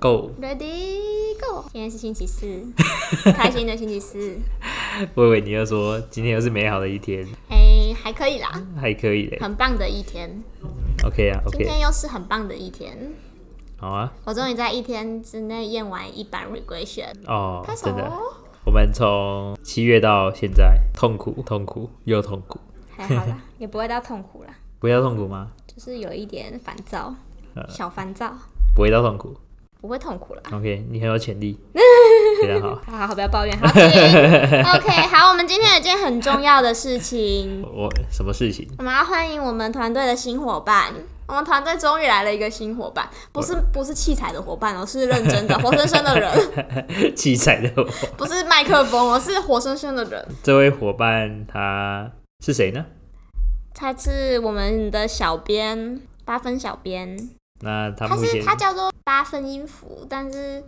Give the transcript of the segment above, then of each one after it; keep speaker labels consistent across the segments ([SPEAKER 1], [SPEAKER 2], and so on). [SPEAKER 1] Go！
[SPEAKER 2] Ready go！今天是星期四， 开心的星期四。
[SPEAKER 1] 我以为你要说今天又是美好的一天，
[SPEAKER 2] 哎、还可以啦，
[SPEAKER 1] 还可以嘞。
[SPEAKER 2] 很棒的一天。
[SPEAKER 1] OK 啊
[SPEAKER 2] 今
[SPEAKER 1] 嗯，OK，
[SPEAKER 2] 天又是很棒的一天，
[SPEAKER 1] 好啊。
[SPEAKER 2] 我终于在一天之内验完一版 regression。
[SPEAKER 1] 哦
[SPEAKER 2] 拍，手
[SPEAKER 1] 真的，我们从七月到现在，痛苦，痛苦又痛苦，
[SPEAKER 2] 还 好啦，也不会到痛苦啦，
[SPEAKER 1] 不要痛苦吗？
[SPEAKER 2] 就是有一点烦躁，
[SPEAKER 1] 呃
[SPEAKER 2] 小烦躁，
[SPEAKER 1] 不会到痛苦。
[SPEAKER 2] 不会 痛苦啦。
[SPEAKER 1] OK，你很有潜 力，非常好。
[SPEAKER 2] 好好好，不要抱怨。好停 ，OK，好，我们今天有一件很重要的事情，
[SPEAKER 1] 我什么事情？
[SPEAKER 2] 我们要欢迎我们团队的新伙伴。我们团队终于来了一个新伙伴，不是不是器材的伙伴哦，是认真的、活生生的 人，
[SPEAKER 1] 器材的我，
[SPEAKER 2] 不是麦克风哦，是活生生的人。
[SPEAKER 1] 这位伙伴他是谁呢？
[SPEAKER 2] 他是我们的小编，八分小编，
[SPEAKER 1] 那他
[SPEAKER 2] 他
[SPEAKER 1] 目
[SPEAKER 2] 是
[SPEAKER 1] 前，
[SPEAKER 2] 他叫做八分音符，但是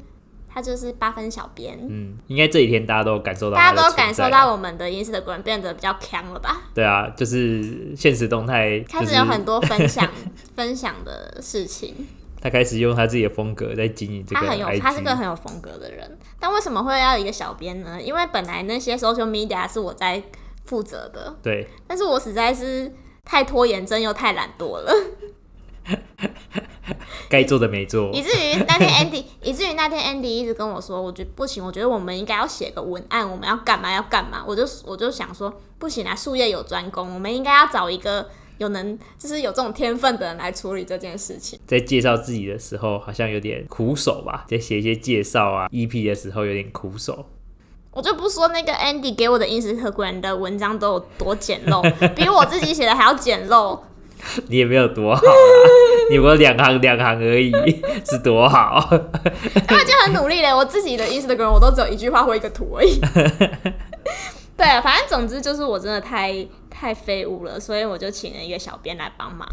[SPEAKER 2] 他就是八分小编。
[SPEAKER 1] 嗯，应该这几天大家都感受到
[SPEAKER 2] 大
[SPEAKER 1] 他的存在，
[SPEAKER 2] 家都感受到我们的 Instagram 变得比较强了吧？
[SPEAKER 1] 对啊，就是现实动态，
[SPEAKER 2] 开
[SPEAKER 1] 就
[SPEAKER 2] 始
[SPEAKER 1] 是
[SPEAKER 2] 有很多分享分享的事情，
[SPEAKER 1] 他开始用他自己的风格在经营这
[SPEAKER 2] 他
[SPEAKER 1] 个
[SPEAKER 2] 很有
[SPEAKER 1] IG，
[SPEAKER 2] 他是个很有风格的人。但为什么会要一个小编呢？因为本来那些 social media 是我在负责的，
[SPEAKER 1] 对，
[SPEAKER 2] 但是我实在是太拖延症又太懒惰了。
[SPEAKER 1] 哦该做的没做
[SPEAKER 2] 以，至于那天 Andy，以 至于那天 Andy 一直跟我说，我觉得不行，我觉得我们应该要写个文案，我们要干嘛要干嘛，我就我就想说，不行啊，术业有专攻，我们应该要找一个有能就是有这种天分的人来处理这件事情。
[SPEAKER 1] 在介绍自己的时候好像有点苦手吧，在写一些介绍啊 EP 的时候有点苦手，
[SPEAKER 2] 我就不说那个 Andy 给我的 Instagram 的文章都有多简陋， 比我自己写的还要简陋。
[SPEAKER 1] 你也没有多好、 啊，你不过两行两行而已，是多好？
[SPEAKER 2] 他就很努力嘞。我自己的 Instagram 我都只有一句话或一个图 而已。对，反正总之就是我真的太太废物了，所以我就请了一个小编来帮忙。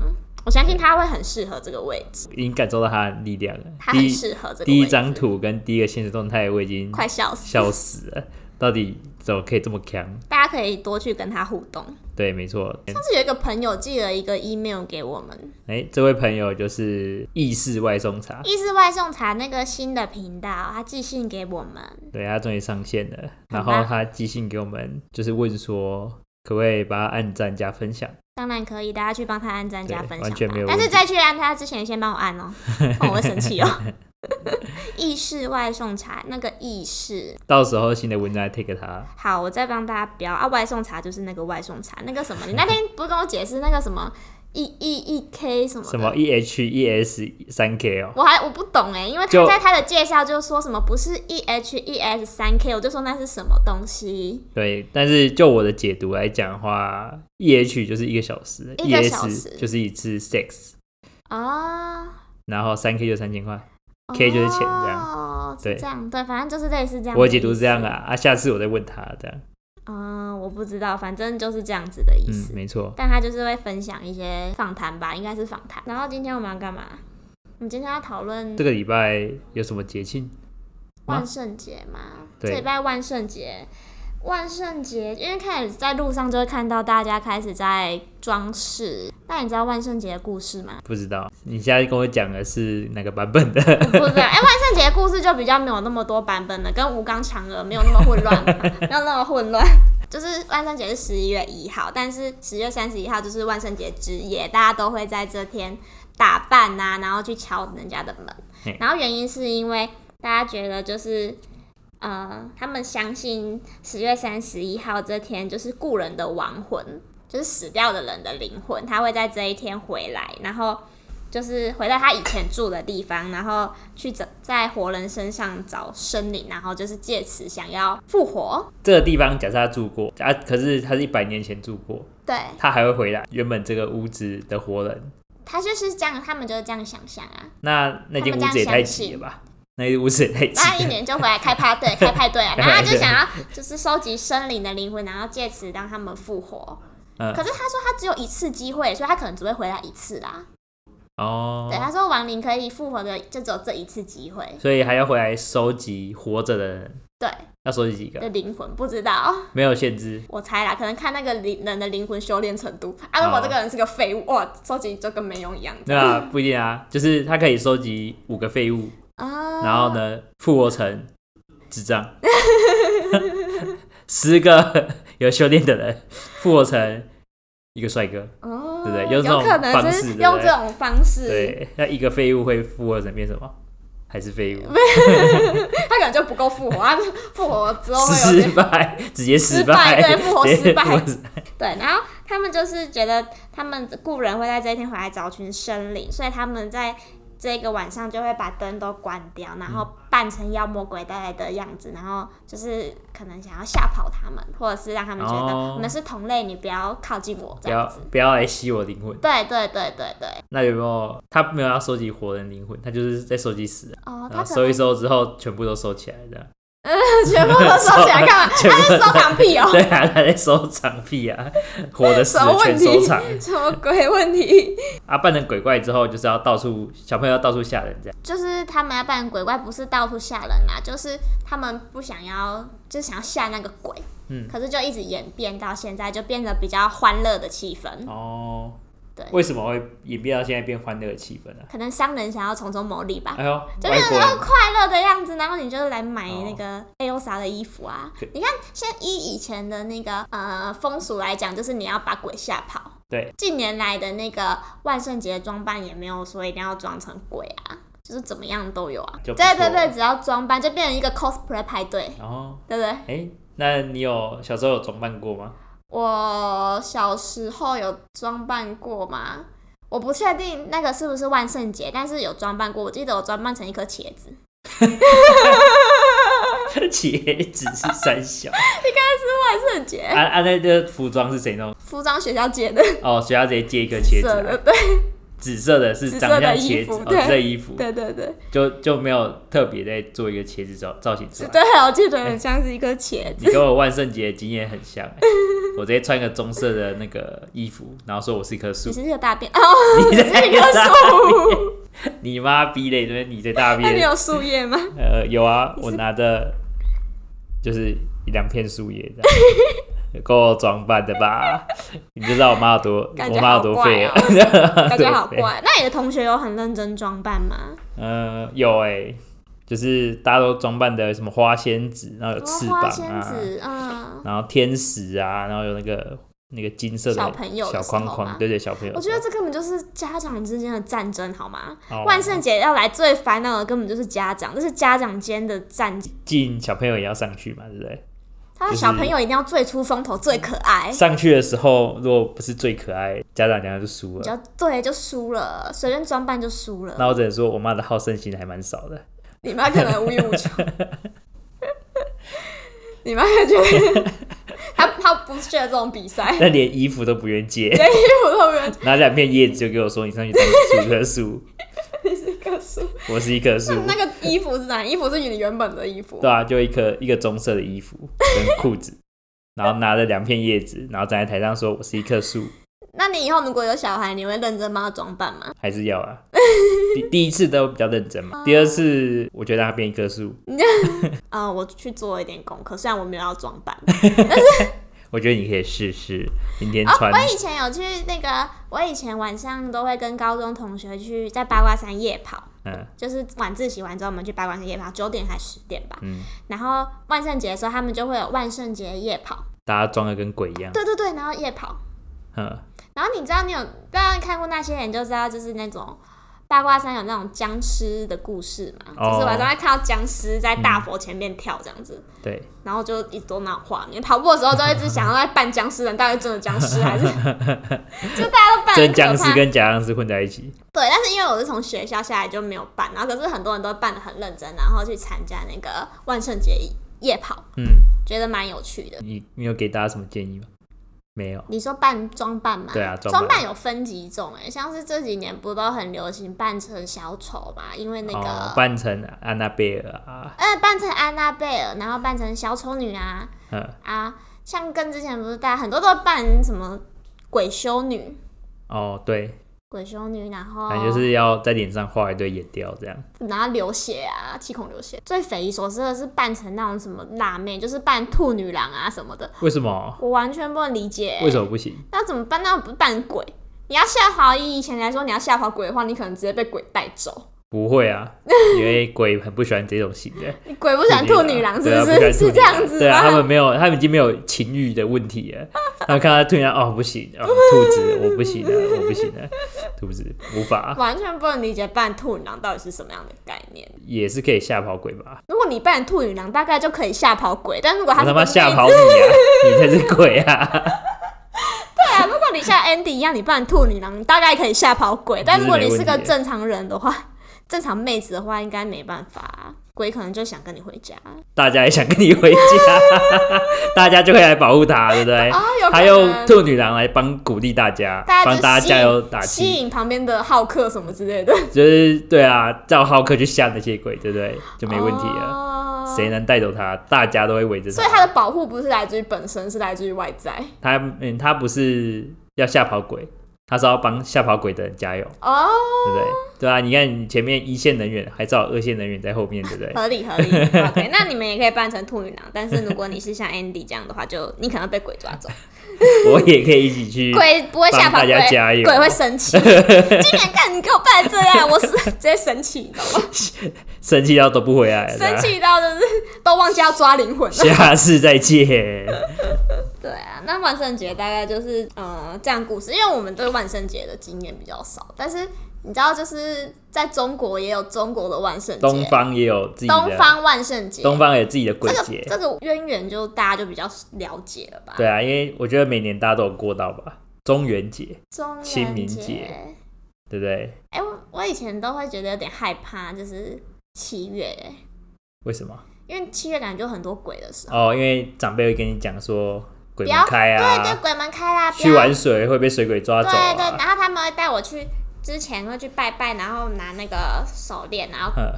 [SPEAKER 2] 我相信他会很适合这个位置，
[SPEAKER 1] 已经感受到他的力量了。
[SPEAKER 2] 他
[SPEAKER 1] 第
[SPEAKER 2] 很
[SPEAKER 1] 一
[SPEAKER 2] 适合这个位置。
[SPEAKER 1] 第一张图跟第一个现实动态我已经
[SPEAKER 2] 快笑死！
[SPEAKER 1] 笑死了，到底怎么可以这么强？
[SPEAKER 2] 大家可以多去跟他互动。
[SPEAKER 1] 对，没错，
[SPEAKER 2] 上次有一个朋友寄了一个 email 给我们，
[SPEAKER 1] 哎、这位朋友就是意式外送茶，
[SPEAKER 2] 意式外送茶那个新的频道，他寄信给我们，
[SPEAKER 1] 对他终于上线了，然
[SPEAKER 2] 很
[SPEAKER 1] 后
[SPEAKER 2] 棒
[SPEAKER 1] 他寄信给我们，就是问说可不可以把它按赞加分享。
[SPEAKER 2] 当然可以，大家去帮他按赞加
[SPEAKER 1] 对
[SPEAKER 2] 分
[SPEAKER 1] 完
[SPEAKER 2] 享
[SPEAKER 1] 全
[SPEAKER 2] 吧
[SPEAKER 1] 没有
[SPEAKER 2] 但
[SPEAKER 1] 问
[SPEAKER 2] 是
[SPEAKER 1] 题
[SPEAKER 2] 在去按他之前，先帮我按哦、 不然我会生气哦、意式外送茶那个意式，
[SPEAKER 1] 到时候新的文章 take 他，
[SPEAKER 2] 好，我再帮大家标啊。外送茶就是那个外送茶，那个什么，你那天不是跟我解释那个什么 e e e k 什么的
[SPEAKER 1] 什么 E H E S 三 K 哦，
[SPEAKER 2] 我还我不懂哎、因为他
[SPEAKER 1] 就
[SPEAKER 2] 在他的介绍就说什么不是 E H E S 三 K，我就说那是什么东西，
[SPEAKER 1] 对，但是就我的解读来讲的话，E H 就是一个小时
[SPEAKER 2] 一
[SPEAKER 1] ，E
[SPEAKER 2] 个小
[SPEAKER 1] S
[SPEAKER 2] 时
[SPEAKER 1] 就是一次 sex，
[SPEAKER 2] 哦
[SPEAKER 1] 然后三 K 就三千块。K 就是钱这样
[SPEAKER 2] 哦，是
[SPEAKER 1] 对
[SPEAKER 2] 这样对，反正就是类似这样。
[SPEAKER 1] 我的解读是这样啊，。啊，下次我再问他这样。
[SPEAKER 2] 嗯，我不知道，反正就是这样子的意思。
[SPEAKER 1] 嗯，没错。
[SPEAKER 2] 但他就是会分享一些访谈吧，应该是访谈。然后今天我们要干嘛？我们今天要讨论
[SPEAKER 1] 这个礼拜有什么节庆？
[SPEAKER 2] 万圣节嘛？
[SPEAKER 1] 对？
[SPEAKER 2] 这礼拜万圣节，万圣节，因为开始在路上就会看到大家开始在装饰。那你知道万圣节的故事吗
[SPEAKER 1] 不知道。你现在跟我讲的是哪个版本的？
[SPEAKER 2] 我不知道。哎、万圣节的故事就比较没有那么多版本了，跟吴刚嫦娥没有那么混乱，没有那么混乱。就是万圣节是十一月一号，但是十月三十一号就是万圣节之夜，大家都会在这天打扮呐、然后去敲人家的门
[SPEAKER 1] 嘿。
[SPEAKER 2] 然后原因是因为大家觉得就是，呃，他们相信十月三十一号这天就是故人的亡魂，就是死掉的人的灵魂，他会在这一天回来，然后就是回到他以前住的地方，然后去找在活人身上找生灵，然后就是借此想要复活。
[SPEAKER 1] 这个地方假设他住过啊，可是他是一百年前住过，
[SPEAKER 2] 对，
[SPEAKER 1] 他还会回来原本这个屋子的活人。
[SPEAKER 2] 他就是这样，他们就是这样想象啊。
[SPEAKER 1] 那那间屋子也太挤了吧？那间屋子也太挤
[SPEAKER 2] 那一
[SPEAKER 1] 了。
[SPEAKER 2] 年就回来开派对，开派对 啊，然后他就想要就是收集生灵的灵魂，然后借此让他们复活。
[SPEAKER 1] 嗯
[SPEAKER 2] 可是他说他只有一次机会，所以他可能只会回来一次啦。对，
[SPEAKER 1] 哦，
[SPEAKER 2] 他说亡灵可以复活的就只有这一次机会。
[SPEAKER 1] 所以还要回来收集活着的人，
[SPEAKER 2] 对，
[SPEAKER 1] 要收集几个？
[SPEAKER 2] 的灵魂不知道，
[SPEAKER 1] 没有限制。
[SPEAKER 2] 我猜啦，可能看那个灵人的灵魂修炼程度。啊，如
[SPEAKER 1] 哦
[SPEAKER 2] 果这个人是个废物，哇，收集就跟没用一样。
[SPEAKER 1] 那不一定啊，就是他可以收集五个废物，
[SPEAKER 2] 啊，
[SPEAKER 1] 然后呢，复活成智障， 十个有修炼的人复活成一个帅哥，
[SPEAKER 2] 哦，
[SPEAKER 1] 对不对有
[SPEAKER 2] 有
[SPEAKER 1] 这种
[SPEAKER 2] 可能
[SPEAKER 1] 方式
[SPEAKER 2] 是
[SPEAKER 1] 对不
[SPEAKER 2] 用
[SPEAKER 1] 对
[SPEAKER 2] 这种方式，
[SPEAKER 1] 对，那一个废物会复活成变什么？还是废物？
[SPEAKER 2] 他可能就不够复活，他复活之后会有
[SPEAKER 1] 失
[SPEAKER 2] 点
[SPEAKER 1] 败，直接
[SPEAKER 2] 失败对复活
[SPEAKER 1] 直接
[SPEAKER 2] 失败
[SPEAKER 1] 复活失
[SPEAKER 2] 对，然后他们就是觉得他们故人会在这一天回来找寻生灵，所以他们在这个晚上就会把灯都关掉，然后扮成妖魔鬼怪的样子，然后就是可能想要吓跑他们，或者是让他们觉得
[SPEAKER 1] 哦
[SPEAKER 2] 我们是同类，你不要靠近我
[SPEAKER 1] 不
[SPEAKER 2] 这
[SPEAKER 1] 要
[SPEAKER 2] 样子。
[SPEAKER 1] 不要 来吸我灵魂。
[SPEAKER 2] 对对对对对，
[SPEAKER 1] 那有没有他没有要收集活人灵魂，他就是在收集死人，
[SPEAKER 2] 哦，
[SPEAKER 1] 然
[SPEAKER 2] 他
[SPEAKER 1] 后
[SPEAKER 2] 可
[SPEAKER 1] 收
[SPEAKER 2] 能
[SPEAKER 1] 一收之后全部都收起来这样。
[SPEAKER 2] 全部都收起来干嘛？
[SPEAKER 1] 全部
[SPEAKER 2] 他是收藏癖哦、
[SPEAKER 1] 对啊，他在收藏屁 啊，活的死
[SPEAKER 2] 什么
[SPEAKER 1] 的全
[SPEAKER 2] 问题
[SPEAKER 1] 收藏
[SPEAKER 2] 什么鬼问题？
[SPEAKER 1] 啊！扮成鬼怪之后就是要到处小朋友要到处吓人这样。
[SPEAKER 2] 就是他们要扮鬼怪，不是到处吓人啦、就是他们不想要，就是想要吓那个鬼。
[SPEAKER 1] 嗯
[SPEAKER 2] 可是就一直演变到现在，就变得比较欢乐的气氛。
[SPEAKER 1] 哦，
[SPEAKER 2] 对
[SPEAKER 1] 为什么会演变到现在变欢乐的气氛啊？
[SPEAKER 2] 可能商人想要从中牟利吧，
[SPEAKER 1] 哎呦，
[SPEAKER 2] 就
[SPEAKER 1] 外
[SPEAKER 2] 是
[SPEAKER 1] 国
[SPEAKER 2] 要
[SPEAKER 1] 人
[SPEAKER 2] 快乐的样子，然后你就来买
[SPEAKER 1] 哦
[SPEAKER 2] 那个艾欧莎的衣服啊
[SPEAKER 1] 对。
[SPEAKER 2] 你看，现在以以前的那个呃风俗来讲，就是你要把鬼吓跑。
[SPEAKER 1] 对，
[SPEAKER 2] 近年来的那个万圣节装扮也没有说一定要装成鬼啊，就是怎么样都有啊。
[SPEAKER 1] 就
[SPEAKER 2] 对
[SPEAKER 1] 不错
[SPEAKER 2] 对对，只要装扮就变成一个 cosplay 派对，
[SPEAKER 1] 然后
[SPEAKER 2] 对不对？
[SPEAKER 1] 哎，那你有小时候有装扮过吗？
[SPEAKER 2] 我小时候有装扮过吗？我不确定那个是不是万圣节，但是有装扮过。我记得我装扮成一颗茄子，
[SPEAKER 1] 茄子是三小。
[SPEAKER 2] 万圣节
[SPEAKER 1] 啊啊，那这服装是谁弄？
[SPEAKER 2] 服装学校借的，
[SPEAKER 1] 哦，学校直接借一个茄子
[SPEAKER 2] 色
[SPEAKER 1] 来，
[SPEAKER 2] 的，对
[SPEAKER 1] 紫色的是
[SPEAKER 2] 紫
[SPEAKER 1] 长
[SPEAKER 2] 色
[SPEAKER 1] 相
[SPEAKER 2] 的
[SPEAKER 1] 茄
[SPEAKER 2] 衣
[SPEAKER 1] 子，
[SPEAKER 2] 服
[SPEAKER 1] 哦，
[SPEAKER 2] 对
[SPEAKER 1] 紫色衣服，
[SPEAKER 2] 对对对，
[SPEAKER 1] 就就没有特别在做一个茄子造造型出
[SPEAKER 2] 是
[SPEAKER 1] 来。
[SPEAKER 2] 对，我记得很像是一颗茄子。
[SPEAKER 1] 你跟我万圣节的经验很像、 欸，我直接穿个棕色的那个衣服，然后说我是一棵树
[SPEAKER 2] 你，是一个 大便哦，
[SPEAKER 1] 你
[SPEAKER 2] 你是
[SPEAKER 1] 在
[SPEAKER 2] 一棵树，
[SPEAKER 1] 你妈逼嘞，对不对？你在大
[SPEAKER 2] 那你
[SPEAKER 1] 便，
[SPEAKER 2] 有树叶吗？
[SPEAKER 1] 呃，有啊，我拿着就是一两片树叶这样， 够装扮的吧？ 你就知道我妈有多，
[SPEAKER 2] 感
[SPEAKER 1] 我
[SPEAKER 2] 觉
[SPEAKER 1] 妈有
[SPEAKER 2] 好
[SPEAKER 1] 多
[SPEAKER 2] 怪
[SPEAKER 1] 废
[SPEAKER 2] 哦
[SPEAKER 1] 啊，
[SPEAKER 2] 感觉好
[SPEAKER 1] 对
[SPEAKER 2] 怪。那你的同学有很认真装扮吗？
[SPEAKER 1] 嗯，有哎、就是大家都装扮的什么花仙子，然后有
[SPEAKER 2] 哦
[SPEAKER 1] 翅膀
[SPEAKER 2] 花仙
[SPEAKER 1] 啊，
[SPEAKER 2] 子，嗯，
[SPEAKER 1] 然后天使啊，然后有那个那个金色的
[SPEAKER 2] 小朋友的
[SPEAKER 1] 小
[SPEAKER 2] 时候
[SPEAKER 1] 框框，
[SPEAKER 2] 吗
[SPEAKER 1] 对对，小朋友的
[SPEAKER 2] 我
[SPEAKER 1] 时
[SPEAKER 2] 觉
[SPEAKER 1] 候。
[SPEAKER 2] 得这根本就是家长之间的战争，好吗？
[SPEAKER 1] 哦
[SPEAKER 2] 万圣节要来最烦恼的根本就是家长，这是家长间的战争。
[SPEAKER 1] 进小朋友也要上去嘛，对不
[SPEAKER 2] 哎
[SPEAKER 1] 对？
[SPEAKER 2] 他
[SPEAKER 1] 就
[SPEAKER 2] 的
[SPEAKER 1] 是
[SPEAKER 2] 小朋友一定要最出风头、最可爱，
[SPEAKER 1] 上去的时候如果不是最可爱，家长娘就输
[SPEAKER 2] 你
[SPEAKER 1] 了。
[SPEAKER 2] 就对就输了，随便装扮就输了。
[SPEAKER 1] 那我只能说我妈的好胜心还蛮少的，
[SPEAKER 2] 你妈可能无欲无求，你妈可能觉 得她她不屑这种比赛，
[SPEAKER 1] 那连衣服都不愿借，
[SPEAKER 2] 我都没有
[SPEAKER 1] 拿两片叶子就给我说你上去当树棵树，
[SPEAKER 2] 你是个输。
[SPEAKER 1] 我是一棵树，
[SPEAKER 2] 那个衣服是哪？衣服是你原本的衣服
[SPEAKER 1] 对，啊，就一颗一个棕色的衣服跟裤子，然后拿着两片叶子，然后站在台上说我是一棵树，
[SPEAKER 2] 那你以后如果有小孩，你会认真帮他装扮吗？
[SPEAKER 1] 还是要啊。第第一次都比较认真嘛，第二次我觉得它变一棵树，
[SPEAKER 2] 啊、我去做一点功课，虽然我没有要装扮。
[SPEAKER 1] 我觉得你可以试试，明天
[SPEAKER 2] 哦，
[SPEAKER 1] 穿
[SPEAKER 2] 我以前有去那个，我以前晚上都会跟高中同学去在八卦山夜跑，
[SPEAKER 1] 嗯
[SPEAKER 2] 就是晚自习完之后我们去八卦山夜跑，九点还十点吧。
[SPEAKER 1] 嗯，
[SPEAKER 2] 然后万圣节的时候，他们就会有万圣节夜跑，
[SPEAKER 1] 大家装的跟鬼一样，
[SPEAKER 2] 对对对，然后夜跑。
[SPEAKER 1] 嗯。
[SPEAKER 2] 然后你知道你有不知道看过那些人就知道，就是那种八卦山有那种僵尸的故事嘛，
[SPEAKER 1] 哦
[SPEAKER 2] 就是晚上会看到僵尸在大佛前面跳这样子。
[SPEAKER 1] 对，
[SPEAKER 2] 然后就一直都那种画面，跑步的时候就一直想要在扮僵尸人，到底真的僵尸 还是就大家都扮得
[SPEAKER 1] 真
[SPEAKER 2] 很可怕
[SPEAKER 1] 僵尸跟假僵尸混在一起，
[SPEAKER 2] 对，但是因为我是从学校下来就没有办，然后可是很多人都办的很认真，然后去参加那个万圣节夜跑，
[SPEAKER 1] 嗯，
[SPEAKER 2] 觉得蛮有趣的。
[SPEAKER 1] 你你有给大家什么建议吗？没有，
[SPEAKER 2] 你说扮装扮吗？
[SPEAKER 1] 对啊装扮
[SPEAKER 2] 装扮有分几种哎、像是这几年不都很流行扮成小丑嘛？因为那个、
[SPEAKER 1] 哦，扮成安娜贝尔啊，
[SPEAKER 2] 呃扮成安娜贝尔，然后扮成小丑女啊
[SPEAKER 1] 嗯，
[SPEAKER 2] 啊，像跟之前不是大家很多都扮什么鬼修女，
[SPEAKER 1] 哦，对，
[SPEAKER 2] 鬼修女，然后
[SPEAKER 1] 反正就是要在脸上画一堆眼雕这样，
[SPEAKER 2] 然后流血啊，气孔流血。最匪夷所思的是扮成那种什么辣妹，就是扮兔女郎啊什么的，
[SPEAKER 1] 为什么？
[SPEAKER 2] 我完全不能理解、欸
[SPEAKER 1] 为什么不行？
[SPEAKER 2] 那怎么办？那不是扮鬼？你要吓跑，以以前来说，你要吓跑鬼的话，你可能直接被鬼带走。
[SPEAKER 1] 不会啊，因为鬼很不喜欢这种型的，
[SPEAKER 2] 鬼 不喜欢兔女郎是
[SPEAKER 1] 对啊
[SPEAKER 2] 不
[SPEAKER 1] 不喜 欢兔女
[SPEAKER 2] 是？是这
[SPEAKER 1] 郎
[SPEAKER 2] 样子吗？
[SPEAKER 1] 对啊，他们没有，他们已经没有情欲的问题了。他们看到突然哦不行哦，兔子我不行了，我不行了，兔子无法，
[SPEAKER 2] 完全不能理解扮兔女郎到底是什么样的概念。
[SPEAKER 1] 也是可以吓跑鬼吧？
[SPEAKER 2] 如果你扮兔女郎，大概就可以吓跑鬼，但如果
[SPEAKER 1] 我
[SPEAKER 2] 他是
[SPEAKER 1] 他妈
[SPEAKER 2] 个妹
[SPEAKER 1] 吓
[SPEAKER 2] 子
[SPEAKER 1] 跑你啊！你才是鬼啊！
[SPEAKER 2] 对啊，如果你像 Andy 一样，你扮兔女郎，你大概可以吓跑鬼，但如果你是个正常人的话，正常妹子的话，应该没办法，鬼可能就想跟你回家。
[SPEAKER 1] 大家也想跟你回家，大家 就会来保护他，对不 对？
[SPEAKER 2] 啊
[SPEAKER 1] 哎
[SPEAKER 2] 有可能
[SPEAKER 1] 还有兔女郎来帮鼓励大家，
[SPEAKER 2] 大家就
[SPEAKER 1] 帮大家
[SPEAKER 2] 吸
[SPEAKER 1] 加
[SPEAKER 2] 引
[SPEAKER 1] 油打
[SPEAKER 2] 吸
[SPEAKER 1] 气，
[SPEAKER 2] 引旁边的好客什么之类的，
[SPEAKER 1] 就是对啊，叫浩克去吓那些鬼，对不对？就没问题了。
[SPEAKER 2] 了
[SPEAKER 1] 谁能带走他，大家都会围着他。
[SPEAKER 2] 哦所以他的保护不是来自于本身，是来自于外在。
[SPEAKER 1] 他嗯，他不是要吓跑鬼，他是要帮吓跑鬼的人加油，
[SPEAKER 2] 哦，
[SPEAKER 1] 对不对？对啊，你看你前面一线人员，还找二线人员在后面，对 不对？
[SPEAKER 2] 合理合 理。OK，那你们也可以扮成兔女郎，但是如果你是像 Andy 这样的话，就你可能被鬼抓 走。
[SPEAKER 1] 我也可以一起去。
[SPEAKER 2] 鬼不会吓跑
[SPEAKER 1] 帮大
[SPEAKER 2] 鬼
[SPEAKER 1] 家加，油
[SPEAKER 2] 鬼会生气。今年干你给我扮这样，我是直接生气， 你知道吗？
[SPEAKER 1] 生气到都不回来了，
[SPEAKER 2] 生气到就是都忘记要抓灵魂了。
[SPEAKER 1] 对吧，下次再见。
[SPEAKER 2] 对啊，那万圣节大概就是呃这样故事，因为我们对万圣节的经验比较少，但是你知道，就是在中国也有中国的万圣节，
[SPEAKER 1] 东方也有自己的，
[SPEAKER 2] 东方万圣节，
[SPEAKER 1] 东方也有自己的鬼
[SPEAKER 2] 这个
[SPEAKER 1] 节，
[SPEAKER 2] 这个渊源就大家就比较了解了吧？
[SPEAKER 1] 对啊，因为我觉得每年大家都有过到吧，中元节，
[SPEAKER 2] 中元
[SPEAKER 1] 清明
[SPEAKER 2] 节
[SPEAKER 1] 节，对不对？
[SPEAKER 2] 哎、我我以前都会觉得有点害怕，就是七月、哎
[SPEAKER 1] 为什么？
[SPEAKER 2] 因为七月感觉就很多鬼的时候，
[SPEAKER 1] 哦，因为长辈会跟你讲说鬼门
[SPEAKER 2] 不要
[SPEAKER 1] 开
[SPEAKER 2] 对对，
[SPEAKER 1] 啊，
[SPEAKER 2] 鬼门开啦，不
[SPEAKER 1] 去
[SPEAKER 2] 要
[SPEAKER 1] 玩水会被水鬼抓走
[SPEAKER 2] 对对，
[SPEAKER 1] 啊，
[SPEAKER 2] 然后他们会带我去之前会去拜拜，然后拿那个手链，然后
[SPEAKER 1] 嗯。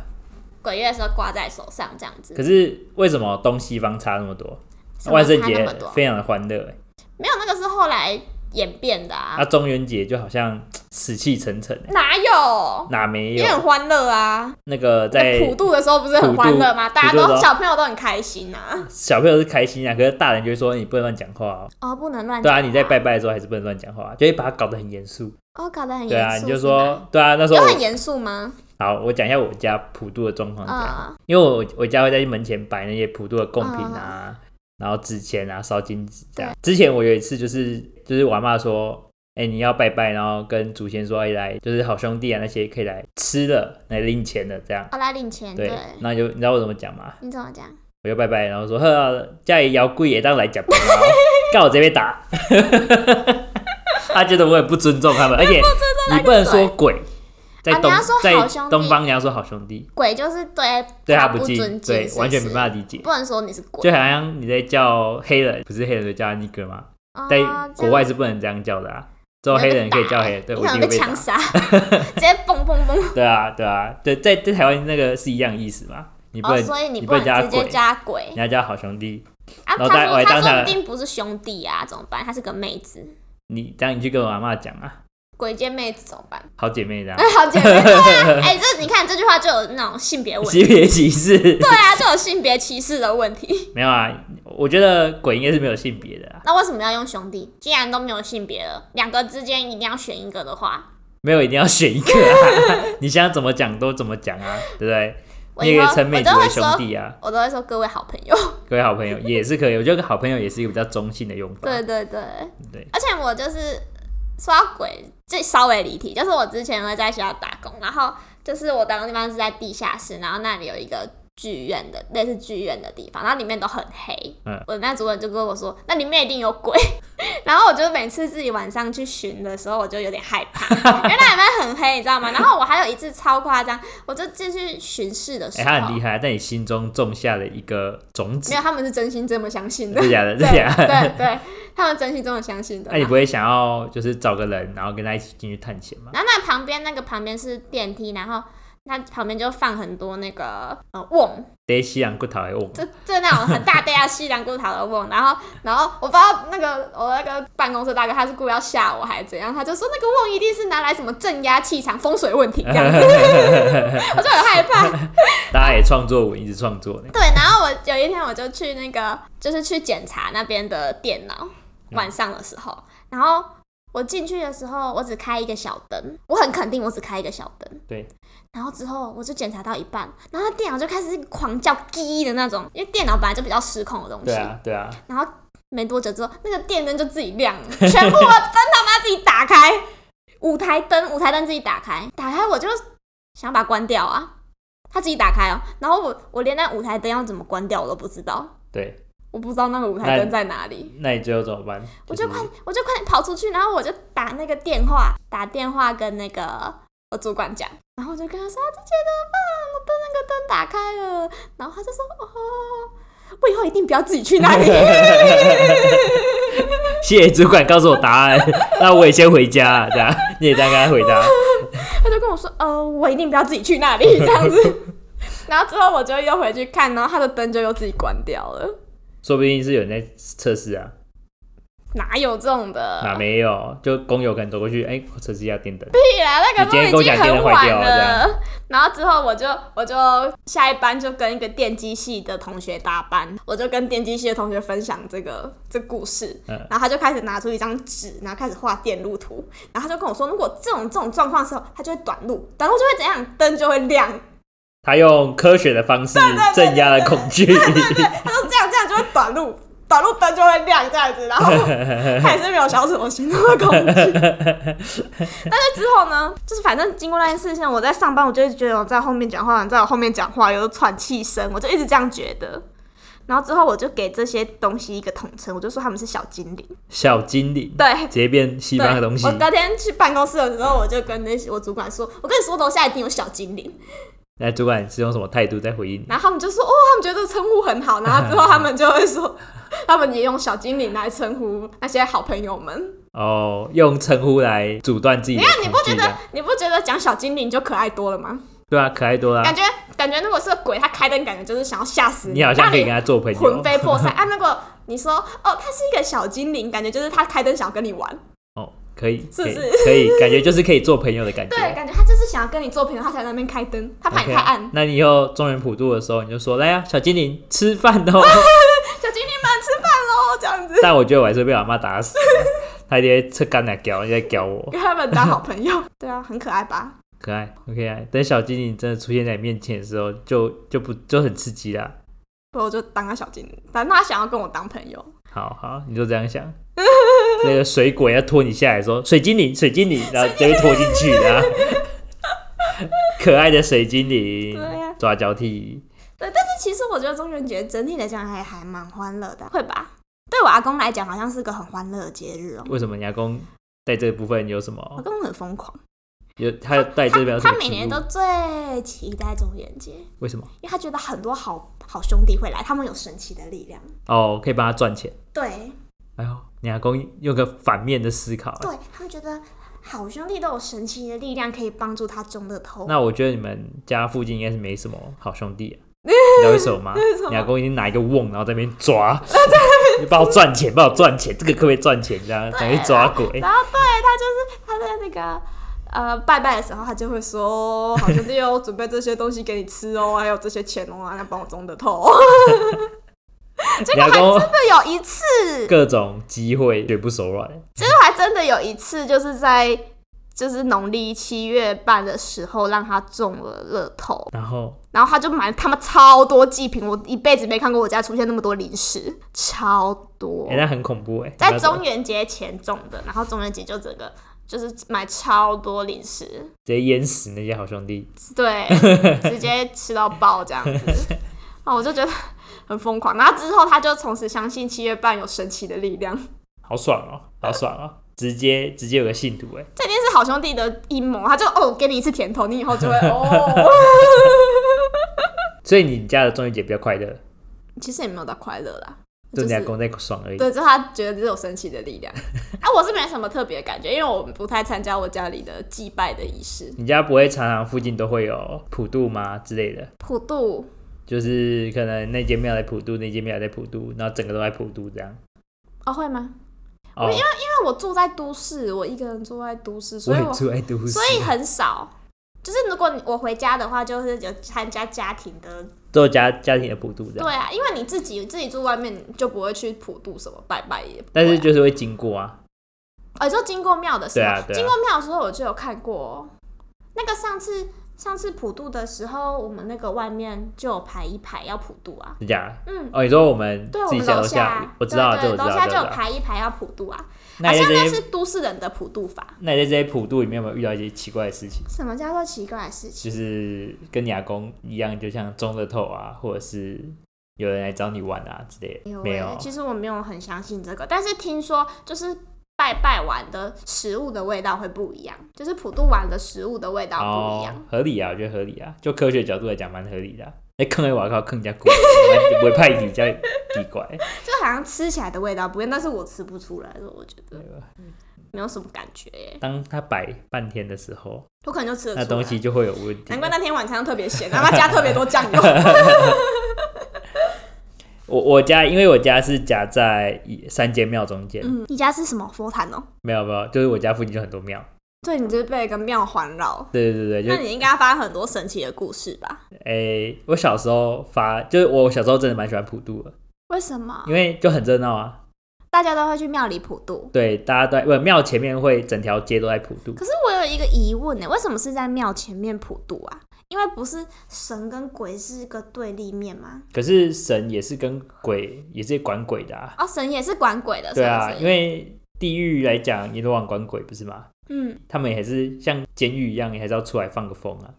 [SPEAKER 2] 鬼月的时候挂在手上这样子。
[SPEAKER 1] 可是为什么东西方差那么多？
[SPEAKER 2] 什么
[SPEAKER 1] 万圣
[SPEAKER 2] 差那
[SPEAKER 1] 节
[SPEAKER 2] 么多
[SPEAKER 1] 非常的欢乐、欸，
[SPEAKER 2] 没有，那个是后来演变的啊，
[SPEAKER 1] 啊，中元节就好像死气沉沉、欸，
[SPEAKER 2] 哪有？
[SPEAKER 1] 哪没有
[SPEAKER 2] 也？很欢乐啊！
[SPEAKER 1] 那个在
[SPEAKER 2] 那普渡的时候不是很欢乐吗？
[SPEAKER 1] 普渡
[SPEAKER 2] 大家
[SPEAKER 1] 普渡
[SPEAKER 2] 都
[SPEAKER 1] 的时候
[SPEAKER 2] 小朋友都很开心啊。
[SPEAKER 1] 小朋友是开心啊，可是大人就会说你不能乱讲话、哦。
[SPEAKER 2] 哦，不能乱
[SPEAKER 1] 对
[SPEAKER 2] 讲
[SPEAKER 1] 啊，
[SPEAKER 2] 话。
[SPEAKER 1] 你在拜拜的时候还是不能乱讲话，啊就会把它搞得很严肃。
[SPEAKER 2] 哦，搞得很
[SPEAKER 1] 对
[SPEAKER 2] 严
[SPEAKER 1] 啊，
[SPEAKER 2] 肃。
[SPEAKER 1] 你就是
[SPEAKER 2] 吗
[SPEAKER 1] 说，对啊，那时候
[SPEAKER 2] 有
[SPEAKER 1] 我
[SPEAKER 2] 很严肃吗？
[SPEAKER 1] 好，我讲一下我家普渡的状况是这样，
[SPEAKER 2] 嗯，
[SPEAKER 1] 因为我我家会在门前摆那些普渡的贡品啊，
[SPEAKER 2] 嗯
[SPEAKER 1] 然后纸钱啊、烧金纸这样。之前我有一次就是就是我阿妈说，哎、你要拜拜，然后跟祖先说，哎、来，就是好兄弟啊那些可以来吃了，来领钱的这样。
[SPEAKER 2] 哦，来领钱，
[SPEAKER 1] 对
[SPEAKER 2] 对，，
[SPEAKER 1] 那你就你知道我怎么讲吗？
[SPEAKER 2] 你怎么讲？
[SPEAKER 1] 我就拜拜，然后说，呵，家里摇柜也当来讲， 告我这边打。他觉得我很不尊重他们，
[SPEAKER 2] 哎
[SPEAKER 1] 而且你不能说鬼，在
[SPEAKER 2] 啊你
[SPEAKER 1] 东、
[SPEAKER 2] 要说好
[SPEAKER 1] 在
[SPEAKER 2] 兄弟
[SPEAKER 1] 东方你要说好兄弟，
[SPEAKER 2] 鬼就是对
[SPEAKER 1] 对他
[SPEAKER 2] 不
[SPEAKER 1] 敬，
[SPEAKER 2] 尊敬，
[SPEAKER 1] 对，完全没办
[SPEAKER 2] 法，
[SPEAKER 1] 法理解。
[SPEAKER 2] 不能说你是鬼。
[SPEAKER 1] 就好像你在叫黑人，不是黑人就叫他尼哥吗？
[SPEAKER 2] 哦
[SPEAKER 1] 在
[SPEAKER 2] 这
[SPEAKER 1] 国
[SPEAKER 2] 样
[SPEAKER 1] 外是不能这样叫的啊，只有黑人可以叫黑人， 对，
[SPEAKER 2] 你
[SPEAKER 1] 我一
[SPEAKER 2] 可能
[SPEAKER 1] 定
[SPEAKER 2] 被
[SPEAKER 1] 会被打
[SPEAKER 2] 枪。杀，直接蹦蹦蹦。
[SPEAKER 1] 对啊，对啊，对，在在台湾那个是一样意思嘛，你不
[SPEAKER 2] 哦，
[SPEAKER 1] 能，
[SPEAKER 2] 所以你
[SPEAKER 1] 你
[SPEAKER 2] 不
[SPEAKER 1] 不能
[SPEAKER 2] 能
[SPEAKER 1] 叫
[SPEAKER 2] 直
[SPEAKER 1] 他
[SPEAKER 2] 接
[SPEAKER 1] 鬼
[SPEAKER 2] 加鬼
[SPEAKER 1] 你要叫好兄弟。
[SPEAKER 2] 啊！
[SPEAKER 1] 然后
[SPEAKER 2] 他
[SPEAKER 1] 大
[SPEAKER 2] 说
[SPEAKER 1] 我
[SPEAKER 2] 他
[SPEAKER 1] 当
[SPEAKER 2] 说
[SPEAKER 1] 他
[SPEAKER 2] 不定不是兄弟啊，怎么办？他是个妹子，
[SPEAKER 1] 你这样你去跟我阿妈讲啊，
[SPEAKER 2] 鬼街妹子怎么办？
[SPEAKER 1] 好姐妹这样，
[SPEAKER 2] 哎，好 姐妹，对啊，哎，这你看这句话就有那种性别问题，
[SPEAKER 1] 性别歧视
[SPEAKER 2] 对啊，就有性别歧视的问题。
[SPEAKER 1] 没有啊？我觉得鬼应该是没有性别的啊，
[SPEAKER 2] 那为什么要用兄弟？既然都没有性别了，两个之间一定要选一个的话，
[SPEAKER 1] 没有一定要选一个 啊，你想怎么讲都怎么讲啊，对不对？
[SPEAKER 2] 我
[SPEAKER 1] 你也
[SPEAKER 2] 以
[SPEAKER 1] 可
[SPEAKER 2] 后
[SPEAKER 1] 以称妹
[SPEAKER 2] 我
[SPEAKER 1] 子
[SPEAKER 2] 都会
[SPEAKER 1] 为兄
[SPEAKER 2] 说，
[SPEAKER 1] 弟啊，
[SPEAKER 2] 我都会说各位好朋 友。
[SPEAKER 1] 各位好 朋友也是可以，我觉得好朋友也是一个比较中性的用法。
[SPEAKER 2] 对对对，
[SPEAKER 1] 对
[SPEAKER 2] 而且我就是说到鬼，这稍微离题，就是我之前会在学校打工，然后就是我打工的地方是在地下室，然后那里有一个剧院的类似剧院的地方，然后里面都很黑。
[SPEAKER 1] 嗯
[SPEAKER 2] 我的那主管就跟我说，那里面一定有鬼。 然后我就每次自己晚上去巡的时候，我就有点害怕， 因为那里面很黑，你知道吗？然后我还有一次超夸张，我就进去巡视的时
[SPEAKER 1] 哎、
[SPEAKER 2] 候，
[SPEAKER 1] 他很厉害，在你心中种下了一个种子
[SPEAKER 2] 没，有，他们是真心这么相信 的
[SPEAKER 1] 真的。假的？真
[SPEAKER 2] 对
[SPEAKER 1] 的假的？
[SPEAKER 2] 对对，他们真心这么相信的。
[SPEAKER 1] 那、你不会想要就是找个人，然后跟他一起进去探险吗？
[SPEAKER 2] 然后那旁边那个旁边是电梯，然后那旁边就放很多那个呃瓮，
[SPEAKER 1] 得西洋骨头的瓮，
[SPEAKER 2] 就就那种很大堆啊西兰骨头的瓮。然后然后我不知道那个我那个办公室大哥他是故意要吓我还是怎样，他就说那个瓮一定是拿来什么镇压气场、风水问题 这样子，我就很害怕。
[SPEAKER 1] 大家也创作文，一直创作呢。
[SPEAKER 2] 对，然后我有一天我就去
[SPEAKER 1] 嗯
[SPEAKER 2] 那个，就是去检查那边的电脑，晚上的时候，然后我进去的时候，我只开一个小灯，我很肯定我只开一个小灯。
[SPEAKER 1] 对，
[SPEAKER 2] 然后之后我就检查到一半，然后电脑就开始狂叫“滴”的那种，因为电脑本来就比较失控的东西。
[SPEAKER 1] 对啊，对啊，
[SPEAKER 2] 然后没多久之后，那个电灯就自己亮了，全部的灯他妈自己打开，舞台灯舞台灯自己打开，打开我就想把它关掉啊，它自己打开哦、然后我我连那舞台灯要怎么关掉我都不知道，
[SPEAKER 1] 对。
[SPEAKER 2] 我不知道那个舞台灯
[SPEAKER 1] 那
[SPEAKER 2] 在哪里。
[SPEAKER 1] 那你最后怎么办？
[SPEAKER 2] 我
[SPEAKER 1] 就
[SPEAKER 2] 就是快，我就快点跑出去，然后我就打那个电话，打电话跟那个我主管讲，然后我就跟他说：“啊，这姐怎么办？我的那个灯打开了。”然后他就说：“哦，我以后一定不要自己去那里。
[SPEAKER 1] 谢谢主管告诉我答案， 那我也先回家，啊这样 你也这样跟他回答。”
[SPEAKER 2] 他就跟我说：“呃，我一定不要自己去那 里。”这样子。然后之后我就又回去看，然后他的灯就又自己关掉了。
[SPEAKER 1] 说不定是有人在测试啊，
[SPEAKER 2] 哪有这种的？
[SPEAKER 1] 哪没有？就工友可能走过去，哎、我测试一下电灯。
[SPEAKER 2] 屁啦，那个
[SPEAKER 1] 你
[SPEAKER 2] 都
[SPEAKER 1] 今天
[SPEAKER 2] 已
[SPEAKER 1] 跟我
[SPEAKER 2] 经
[SPEAKER 1] 讲电灯
[SPEAKER 2] 很
[SPEAKER 1] 坏
[SPEAKER 2] 晚
[SPEAKER 1] 掉了这样
[SPEAKER 2] 了。然后之后我就我就下一班就跟一个电机系的同学搭班，我就跟电机系的同学分享这个这故事，
[SPEAKER 1] 嗯
[SPEAKER 2] 然后他就开始拿出一张纸，然后开始画电路图，然后他就跟我说，如果这种这种状况的时候，它就会短路，短路就会怎样，灯就会亮，
[SPEAKER 1] 他用科学的方式
[SPEAKER 2] 对
[SPEAKER 1] 镇压了恐惧。
[SPEAKER 2] 对，他说这样这样就会短路。短路灯就会亮这样子， 然后他也是没有消除我心中的恐惧。但是之后呢，就是反正经过那件事情，我在上班，我就一直觉得我在后面讲话，你在我后面讲话，有喘气声，我就一直这样觉得。然后之后我就给这些东西一个统称，我就说他们是小精灵。
[SPEAKER 1] 小精灵，
[SPEAKER 2] 对
[SPEAKER 1] 直，接变西
[SPEAKER 2] 对，
[SPEAKER 1] 方的东西
[SPEAKER 2] 我。隔天去办公室的时候，我就跟那些我主管说，我跟你说楼下一定有小精灵。
[SPEAKER 1] 那主管是用什么态度在回应你？
[SPEAKER 2] 然后他们就说：“哦，他们觉得这个称呼很好。”然后之后他们就会说， 他们也用小精灵来称呼那些好朋友们。
[SPEAKER 1] 哦，用称呼来阻断自己的
[SPEAKER 2] 你看，你不
[SPEAKER 1] 恐
[SPEAKER 2] 觉
[SPEAKER 1] 惧
[SPEAKER 2] 得
[SPEAKER 1] 的，
[SPEAKER 2] 你不觉得讲小精灵就可爱多了吗？
[SPEAKER 1] 对啊，可爱多啦
[SPEAKER 2] 感。觉感觉如果是个鬼，他开灯感觉就是想要吓死
[SPEAKER 1] 你好像可以跟他做朋
[SPEAKER 2] 让你魂
[SPEAKER 1] 友。
[SPEAKER 2] 飞魄散啊。如果你说哦，他是一个小精灵，感觉就是他开灯想要跟你玩。
[SPEAKER 1] 哦，可以，
[SPEAKER 2] 是
[SPEAKER 1] 可以
[SPEAKER 2] 不是
[SPEAKER 1] 可以，感觉就是可以做朋友的感觉。啊
[SPEAKER 2] 对，感觉他就是想要跟你做朋友，他才在那边开灯，他怕你
[SPEAKER 1] OK
[SPEAKER 2] 太暗。
[SPEAKER 1] 那你以后中原普渡的时候，你就说来呀、啊，小精灵吃饭 哦。
[SPEAKER 2] 小精灵们吃饭喽，这样子
[SPEAKER 1] 但我觉得我还是被我妈打 死，她一定会吃干来屌，一直在屌我，
[SPEAKER 2] 跟他们当好朋友。对啊，很可爱吧？
[SPEAKER 1] 可爱。OK 啊，等小精灵真的出现在你面前的时候，就就不就很刺激啦。
[SPEAKER 2] 不，我就当他小精灵，反正他想要跟我当朋友。
[SPEAKER 1] 好好，你就这样 想。那个水鬼要拖你下来说水精灵，水精灵，然后就会拖进去的、 啊。可爱的水精灵
[SPEAKER 2] 对啊，
[SPEAKER 1] 抓交替。
[SPEAKER 2] 对，但是其实我觉得中元节整体来讲还还蛮欢乐的，会吧？对我阿公来讲，好像是个很欢乐的节日哦、
[SPEAKER 1] 为什么你阿公在这部分有什
[SPEAKER 2] 我阿
[SPEAKER 1] 么？
[SPEAKER 2] 公很疯狂，
[SPEAKER 1] 有他带哦这边有什
[SPEAKER 2] 他
[SPEAKER 1] 么
[SPEAKER 2] 他每
[SPEAKER 1] 题
[SPEAKER 2] 年
[SPEAKER 1] 目
[SPEAKER 2] 都最期待中元节，因
[SPEAKER 1] 为什么？
[SPEAKER 2] 为他觉得很多好好兄弟会来，他们有神奇的力量。
[SPEAKER 1] 哦，可以帮他赚钱。
[SPEAKER 2] 对
[SPEAKER 1] 哎呦，你阿公用个反面的思考啊。
[SPEAKER 2] 对，他们觉得好兄弟都有神奇的力量，可以帮助他中乐透。
[SPEAKER 1] 那我觉得你们家附近应该是没什么好兄弟、啊，你知道为什么吗？你阿公已经拿一个瓮，然后在那边抓， 你帮我赚钱，帮我赚钱，这个可不可以赚钱？这样等于抓鬼。
[SPEAKER 2] 然后对他就是他在那个呃拜拜的时候，他就会说：“好兄弟哦，我准备这些东西给你吃哦，还有这些钱哦，来帮我中的头。”结
[SPEAKER 1] 你
[SPEAKER 2] 果
[SPEAKER 1] 阿
[SPEAKER 2] 还真
[SPEAKER 1] 公
[SPEAKER 2] 的有一次，
[SPEAKER 1] 各种机会绝不手软，
[SPEAKER 2] 结果还真的有一次，就是在就是农历七月半的时候，让他中了乐透，
[SPEAKER 1] 然后
[SPEAKER 2] 然后他就买他妈超多祭品，我一辈子没看过我家出现那么多零食，超多。
[SPEAKER 1] 哎、那很恐怖哎、你
[SPEAKER 2] 在
[SPEAKER 1] 要怎么
[SPEAKER 2] 中元节前种的，然后中元节就整个就是买超多零食，
[SPEAKER 1] 直接淹死那些好兄弟，
[SPEAKER 2] 对，直接吃到爆这样子。啊，我就觉得很疯狂。然后之后他就从此相信七月半有神奇的力量，
[SPEAKER 1] 好爽哦、好爽哦、直接直接有个信徒哎、
[SPEAKER 2] 这一定是好兄弟的阴谋。他就哦，给你一次甜头，你以后就会 哦。
[SPEAKER 1] 所以你家的中元节比较快乐，
[SPEAKER 2] 其实也没有到快乐啦，
[SPEAKER 1] 就
[SPEAKER 2] 就
[SPEAKER 1] 你阿
[SPEAKER 2] 是。
[SPEAKER 1] 公在爽而已。
[SPEAKER 2] 对，就是他觉得这有神奇 的力量。啊，我是没什么特别的感觉，因为我不太参加我家里的祭拜的仪式。
[SPEAKER 1] 你家不会常常附近都会有普渡吗之类的？
[SPEAKER 2] 普渡
[SPEAKER 1] 就是可能那间庙在普渡，那间庙在普渡，然后整个都在普渡这样。
[SPEAKER 2] 哦，会吗？
[SPEAKER 1] 哦，
[SPEAKER 2] 因为我住在都市，我一个人住在都市，所以
[SPEAKER 1] 也
[SPEAKER 2] 我
[SPEAKER 1] 住在啊都市
[SPEAKER 2] 所，以很少。就是如果你我回家的话，就是有参加家庭的，
[SPEAKER 1] 都有家家庭的普渡这样，
[SPEAKER 2] 对啊，因为你自己自己住外面，你就不会去普渡什么拜拜也不会啊、
[SPEAKER 1] 但是就是会经过啊，
[SPEAKER 2] 哦，就经过庙的时
[SPEAKER 1] 对
[SPEAKER 2] 候，
[SPEAKER 1] 啊对啊
[SPEAKER 2] 经过庙的时候我就有看过哦、那个上次上次普渡的时候，我们那个外面就有排一排要普渡啊。
[SPEAKER 1] 是这样啊。
[SPEAKER 2] 嗯，
[SPEAKER 1] 哦，你说我们
[SPEAKER 2] 对，我
[SPEAKER 1] 自己
[SPEAKER 2] 们
[SPEAKER 1] 家
[SPEAKER 2] 楼
[SPEAKER 1] 楼
[SPEAKER 2] 下，
[SPEAKER 1] 我知道，这
[SPEAKER 2] 对
[SPEAKER 1] 我知
[SPEAKER 2] 对，
[SPEAKER 1] 道，
[SPEAKER 2] 楼下
[SPEAKER 1] 这
[SPEAKER 2] 就
[SPEAKER 1] 我知
[SPEAKER 2] 有
[SPEAKER 1] 道。
[SPEAKER 2] 排一排要普渡啊。
[SPEAKER 1] 那
[SPEAKER 2] 好
[SPEAKER 1] 你
[SPEAKER 2] 像
[SPEAKER 1] 在
[SPEAKER 2] 那
[SPEAKER 1] 这些，
[SPEAKER 2] 是都市人的普渡法。
[SPEAKER 1] 那你在这些普渡里面有没有遇到一些奇怪的事情？
[SPEAKER 2] 什么叫做奇怪的事情？
[SPEAKER 1] 就是跟你阿公一样，就像中了透啊，或者是有人来找你玩啊之类的，没
[SPEAKER 2] 欸
[SPEAKER 1] 有。
[SPEAKER 2] 其实我没有很相信这个，但是听说就是拜拜完的食物的味道会不一样，就是普渡完的食物的味道不一样。
[SPEAKER 1] 哦，合理啊，我觉得合理啊，就科学角度来讲，蛮合理的、啊。哎，坑我靠，坑人 家鬼，我派你叫奇怪，
[SPEAKER 2] 就好像吃起来的味道不一样，但是我吃不出来的，我觉得
[SPEAKER 1] 对吧
[SPEAKER 2] 没有什么感觉耶，
[SPEAKER 1] 当他摆半天的时候，
[SPEAKER 2] 我可能就吃得出
[SPEAKER 1] 那
[SPEAKER 2] 来。
[SPEAKER 1] 东西就会有问题
[SPEAKER 2] 啊难。怪那天晚餐特别咸，然后加特别多酱油。
[SPEAKER 1] 我我家因为我家是夹在一三间庙中间，
[SPEAKER 2] 嗯，你家是什么佛坛哦？
[SPEAKER 1] 没有没有，就是我家附近就很多庙。
[SPEAKER 2] 对，你就是被一个庙环绕。
[SPEAKER 1] 对对对对，就
[SPEAKER 2] 那你应该发生很多神奇的故事吧？
[SPEAKER 1] 诶、我小时候发，就是我小时候真的蛮喜欢普渡的，
[SPEAKER 2] 为什么
[SPEAKER 1] 因为就很热闹啊。
[SPEAKER 2] 大家都会去庙里普渡？
[SPEAKER 1] 对，大家都在不庙前面会整条街都在普渡，
[SPEAKER 2] 可是我有一个疑问欸呢，为什么是在庙前面普渡啊？因为不是神跟鬼是一个对立面吗？
[SPEAKER 1] 可是神也是跟鬼也是管鬼的啊。
[SPEAKER 2] 哦，神也是管鬼的，
[SPEAKER 1] 对啊，
[SPEAKER 2] 是
[SPEAKER 1] 因
[SPEAKER 2] 不是？
[SPEAKER 1] 为地狱来讲，阎罗王管鬼不是吗？
[SPEAKER 2] 嗯，
[SPEAKER 1] 他们也是像监狱一样，也还是要出来放个风啊。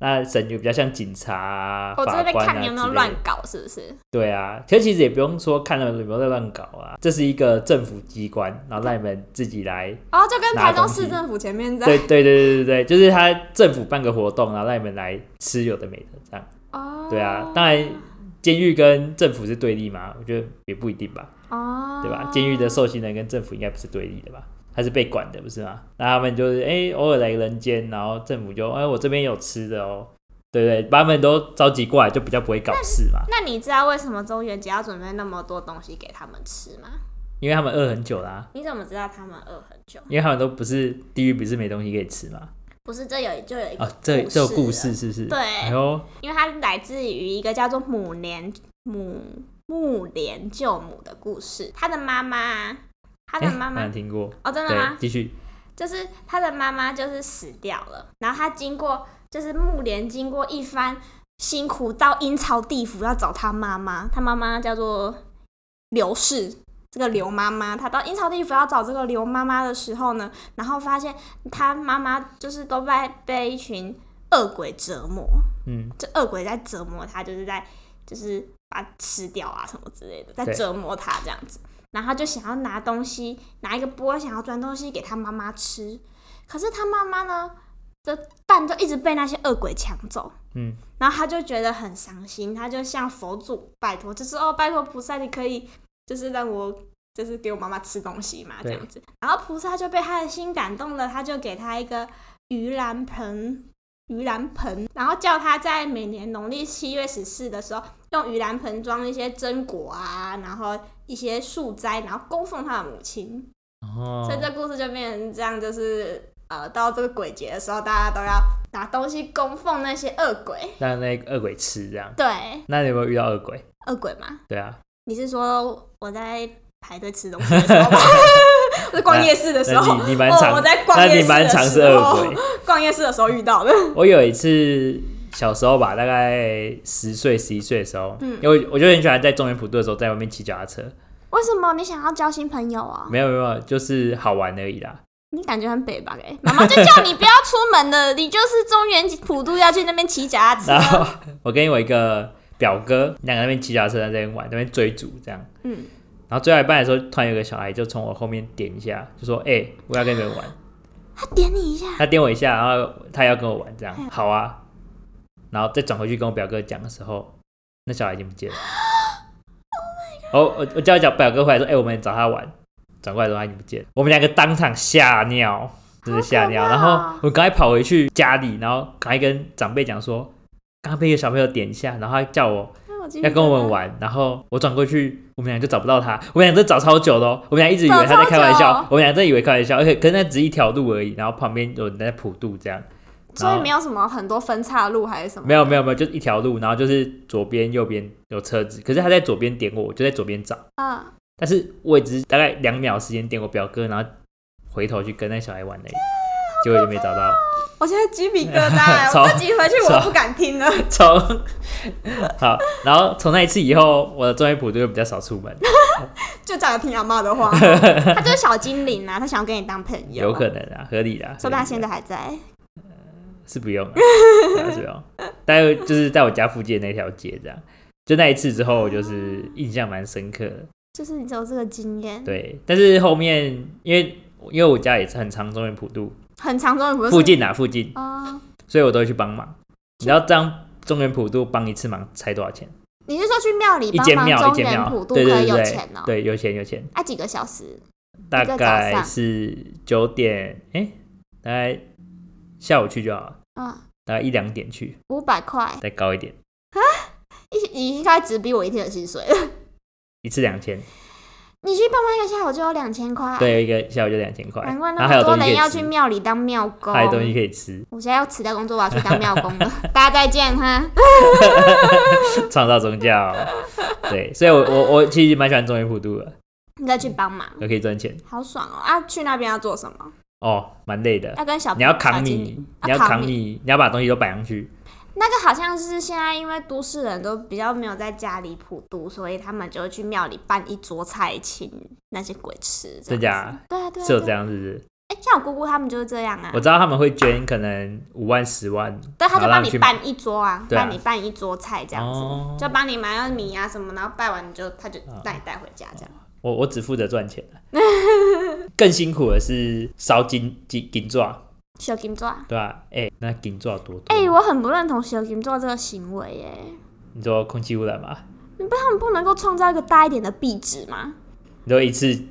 [SPEAKER 1] 那神就比较像警察啊、
[SPEAKER 2] 我这
[SPEAKER 1] 法
[SPEAKER 2] 哦边
[SPEAKER 1] 官啊
[SPEAKER 2] 看你有没
[SPEAKER 1] 之
[SPEAKER 2] 有
[SPEAKER 1] 类
[SPEAKER 2] 乱
[SPEAKER 1] 的
[SPEAKER 2] 搞，是不是？
[SPEAKER 1] 对啊，其实其实也不用说看他们有没有在乱搞啊，这是一个政府机关，然后让你们自己来。
[SPEAKER 2] 哦，就跟
[SPEAKER 1] 拿
[SPEAKER 2] 台中
[SPEAKER 1] 东西
[SPEAKER 2] 市政府前面在
[SPEAKER 1] 对对对对对对，就是他政府办个活动，然后让你们来吃有的没的这样。
[SPEAKER 2] 哦，
[SPEAKER 1] 对啊，当然监狱跟政府是对立嘛，我觉得也不一定吧，
[SPEAKER 2] 哦，
[SPEAKER 1] 对吧？监狱的受刑人跟政府应该不是对立的吧？他是被管的，不是吗？那他们就是哎、偶尔来个人间，然后政府就哎、我这边有吃的哦，对不对？把他们都召集过来，就比较不会搞事嘛，
[SPEAKER 2] 那你知道为什么中元节要准备那么多东西给他们吃吗？
[SPEAKER 1] 因为他们饿很久啦、
[SPEAKER 2] 你怎么知道他们饿很久？
[SPEAKER 1] 因为他们都不是地狱，不是没东西可以吃嘛。
[SPEAKER 2] 不是，这有就有一个
[SPEAKER 1] 啊，这这有故
[SPEAKER 2] 故
[SPEAKER 1] 事
[SPEAKER 2] 事
[SPEAKER 1] 是不是？
[SPEAKER 2] 对
[SPEAKER 1] 哎呦，
[SPEAKER 2] 因为它来自于一个叫做母莲母木莲救母的故事。他的妈妈，他
[SPEAKER 1] 哎，
[SPEAKER 2] 的妈
[SPEAKER 1] 好
[SPEAKER 2] 妈、
[SPEAKER 1] 像听过。
[SPEAKER 2] 哦，真的
[SPEAKER 1] 对，
[SPEAKER 2] 吗？
[SPEAKER 1] 继续。
[SPEAKER 2] 就是他的妈妈就是死掉了，然后他经过就是木莲经过一番辛苦到阴曹地府要找他妈妈，他妈妈叫做刘氏。这个刘妈妈，她到阴曹地府要找这个刘妈妈的时候呢，然后发现她妈妈就是都被被一群恶鬼折磨，
[SPEAKER 1] 嗯，
[SPEAKER 2] 这恶鬼在折磨他，就是在就是把他吃掉啊什么之类的，在
[SPEAKER 1] 对
[SPEAKER 2] 折磨他这样子。然后他就想要拿东西，拿一个钵想要钻东西给他妈妈吃，可是他妈妈呢的蛋就一直被那些恶鬼抢走。
[SPEAKER 1] 嗯，
[SPEAKER 2] 然后他就觉得很伤心，他就向佛祖拜托，就是哦，拜托菩萨，你可以就是让我就是给我妈妈吃东西嘛，这
[SPEAKER 1] 对
[SPEAKER 2] 样子。然后菩萨就被他的心感动了，他就给他一个盂兰盆，盂兰盆，然后叫他在每年农历七月十四的时候，用盂兰盆装一些榛果啊，然后一些树栽，然后供奉他的母亲。
[SPEAKER 1] 哦
[SPEAKER 2] 所以这故事就变成这样，就是呃，到这个鬼节的时候，大家都要拿东西供奉那些恶鬼。
[SPEAKER 1] 让那个恶鬼吃这样。
[SPEAKER 2] 对，
[SPEAKER 1] 那你有没有遇到恶鬼？
[SPEAKER 2] 恶鬼嘛，
[SPEAKER 1] 对啊，
[SPEAKER 2] 你是说我在排队吃东西的时候吗？ 我在逛夜市的时
[SPEAKER 1] 那
[SPEAKER 2] 候，
[SPEAKER 1] 你你蛮常，
[SPEAKER 2] 哦我在逛
[SPEAKER 1] 那
[SPEAKER 2] 夜
[SPEAKER 1] 你
[SPEAKER 2] 市
[SPEAKER 1] 蛮
[SPEAKER 2] 的
[SPEAKER 1] 常是
[SPEAKER 2] 时候
[SPEAKER 1] 恶鬼。
[SPEAKER 2] 逛夜市的时候遇到的。
[SPEAKER 1] 我有一次小时候吧，大概十岁、十一岁的时候，
[SPEAKER 2] 嗯
[SPEAKER 1] 因为我我就很喜欢在中原普渡的时候在外面骑脚踏车，
[SPEAKER 2] 为什么你想要交新朋友啊？
[SPEAKER 1] 没有没有，没有就是好玩而已啦。
[SPEAKER 2] 你感觉很北吧？哎，妈妈就叫你不要出门了， 你就是中原普渡要去那边骑脚踏车
[SPEAKER 1] 然。后 我跟我一个表哥，两个在那边骑脚踏车在那边玩，在那边追逐这样。
[SPEAKER 2] 嗯，
[SPEAKER 1] 然后追到一半的时候，突然有个小孩就从我后面点一下，就说：“哎、我要跟你们玩。
[SPEAKER 2] 他点你一下”，
[SPEAKER 1] 他点我一下，然后他要跟我玩，这样好啊。然后再转回去跟我表哥讲的时候，那小孩已经不见 了。
[SPEAKER 2] Oh
[SPEAKER 1] 哦，我我叫我表哥回来说：“哎、我们找他玩。”转过来的时候他已经不见了，我们两个当场吓尿，真的吓尿。
[SPEAKER 2] 好可
[SPEAKER 1] 然
[SPEAKER 2] 怕哦
[SPEAKER 1] 后我赶快跑回去家里，然后赶快跟长辈讲说：“刚刚被一个小朋友点一下，然后他叫我
[SPEAKER 2] 那我继续
[SPEAKER 1] 要跟我们
[SPEAKER 2] 嗯
[SPEAKER 1] 玩，然后我转过去，我们俩就找不到他，我们俩就找超久的哦，我们俩一直以为他在开玩
[SPEAKER 2] 找超
[SPEAKER 1] 笑
[SPEAKER 2] 久，
[SPEAKER 1] 我们俩真的以为开玩笑，而且可是那只是一条路而已，然后旁边有人在普渡这样，
[SPEAKER 2] 讲，所以没有什么很多分岔路还是什么？
[SPEAKER 1] 没有没有没有，就是一条路，然后就是左边右边有车子，可是他在左边点我，我就在左边找，
[SPEAKER 2] 啊，
[SPEAKER 1] 但是我也只是大概两秒时间点我表哥，然后回头去跟那小孩玩的，结果就没 找到，，
[SPEAKER 2] 我现在鸡皮疙瘩 我
[SPEAKER 1] 超
[SPEAKER 2] 自己回去我都不敢听了。
[SPEAKER 1] 从 好，然后从那一次以后，我的专业普渡就比较少出门，
[SPEAKER 2] 就叫他听阿妈的 话，他就是小精灵啊，他想要跟你当朋友，
[SPEAKER 1] 有可能啊，合理啦，合
[SPEAKER 2] 说不定他
[SPEAKER 1] 理
[SPEAKER 2] 现在还在。
[SPEAKER 1] 是不用、啊， 对啊是不用。但就是在我家附近的那条街这样，就那一次之后，我就是印象蛮深刻的。
[SPEAKER 2] 就是你只有这个经验，
[SPEAKER 1] 对，但是后面因为因为我家也是很常中原普渡
[SPEAKER 2] 很常中不是
[SPEAKER 1] 附近啊附近，
[SPEAKER 2] 哦，
[SPEAKER 1] 所以我都会去帮忙。你知道这样中原普渡帮一次忙才多少钱？
[SPEAKER 2] 你是说去庙里
[SPEAKER 1] 一
[SPEAKER 2] 帮
[SPEAKER 1] 间
[SPEAKER 2] 忙
[SPEAKER 1] 庙一
[SPEAKER 2] 中
[SPEAKER 1] 间
[SPEAKER 2] 原
[SPEAKER 1] 庙
[SPEAKER 2] 普，渡可
[SPEAKER 1] 对对
[SPEAKER 2] 以
[SPEAKER 1] 对
[SPEAKER 2] 有
[SPEAKER 1] 对
[SPEAKER 2] 钱，哦？
[SPEAKER 1] 对有钱有钱，
[SPEAKER 2] 啊，几个小时？
[SPEAKER 1] 大
[SPEAKER 2] 一个早
[SPEAKER 1] 概
[SPEAKER 2] 上
[SPEAKER 1] 是九点哎、大概下午去就好了，
[SPEAKER 2] 嗯，
[SPEAKER 1] 大概一两点去，
[SPEAKER 2] 五百块，
[SPEAKER 1] 再高一点，
[SPEAKER 2] 一应该只比我一天的薪水了。
[SPEAKER 1] 一次两千。
[SPEAKER 2] 你去帮忙一个下午就有两千块，，
[SPEAKER 1] 对，一个下午就两千块，
[SPEAKER 2] 难怪
[SPEAKER 1] 然
[SPEAKER 2] 那
[SPEAKER 1] 后还有
[SPEAKER 2] 么多
[SPEAKER 1] 东西可
[SPEAKER 2] 人
[SPEAKER 1] 以
[SPEAKER 2] 要
[SPEAKER 1] 吃
[SPEAKER 2] 去庙里当庙工。
[SPEAKER 1] 还有东西可以吃，
[SPEAKER 2] 我现在要辞掉工作，我要去当庙工了。大家再见哈。
[SPEAKER 1] 创造宗教。对，所以我我我其实蛮喜欢中原普渡的，
[SPEAKER 2] 你再去帮忙，
[SPEAKER 1] 又可以赚钱
[SPEAKER 2] 好爽哦！啊，去那边要做什么？
[SPEAKER 1] 哦，蛮累的。
[SPEAKER 2] 要跟小朋
[SPEAKER 1] 你
[SPEAKER 2] 友
[SPEAKER 1] 要扛
[SPEAKER 2] 小精
[SPEAKER 1] 米
[SPEAKER 2] 灵，啊
[SPEAKER 1] 你要扛米，你要把东西都摆上去。
[SPEAKER 2] 那个好像是现在因为都市人都比较没有在家里普渡，所以他们就会去庙里办一桌菜请那些鬼吃。这
[SPEAKER 1] 真
[SPEAKER 2] 样
[SPEAKER 1] 假
[SPEAKER 2] 子？对啊，对啊，
[SPEAKER 1] 是有
[SPEAKER 2] 对啊
[SPEAKER 1] 这。样，是不是？
[SPEAKER 2] 哎、像我姑姑他们就是这样啊
[SPEAKER 1] 我，知道他们会捐可能五万、十万，
[SPEAKER 2] 对，他就
[SPEAKER 1] 然后
[SPEAKER 2] 帮
[SPEAKER 1] 让
[SPEAKER 2] 你
[SPEAKER 1] 去
[SPEAKER 2] 办一桌啊，
[SPEAKER 1] 对啊
[SPEAKER 2] 帮你办一桌菜这样子，
[SPEAKER 1] 哦
[SPEAKER 2] 就帮你买到米啊什么，然后拜完你就他就让你带回家这样。
[SPEAKER 1] 我我只负责赚钱。啊更辛苦的是烧金金金爪，
[SPEAKER 2] 小金座，啊
[SPEAKER 1] 对吧、哎、那金爪多多。
[SPEAKER 2] 哎、我很不认同小金座这个行为耶，
[SPEAKER 1] 你说空气污染吗？
[SPEAKER 2] 他们不能够创造一个大一点的壁纸吗？
[SPEAKER 1] 你说一次一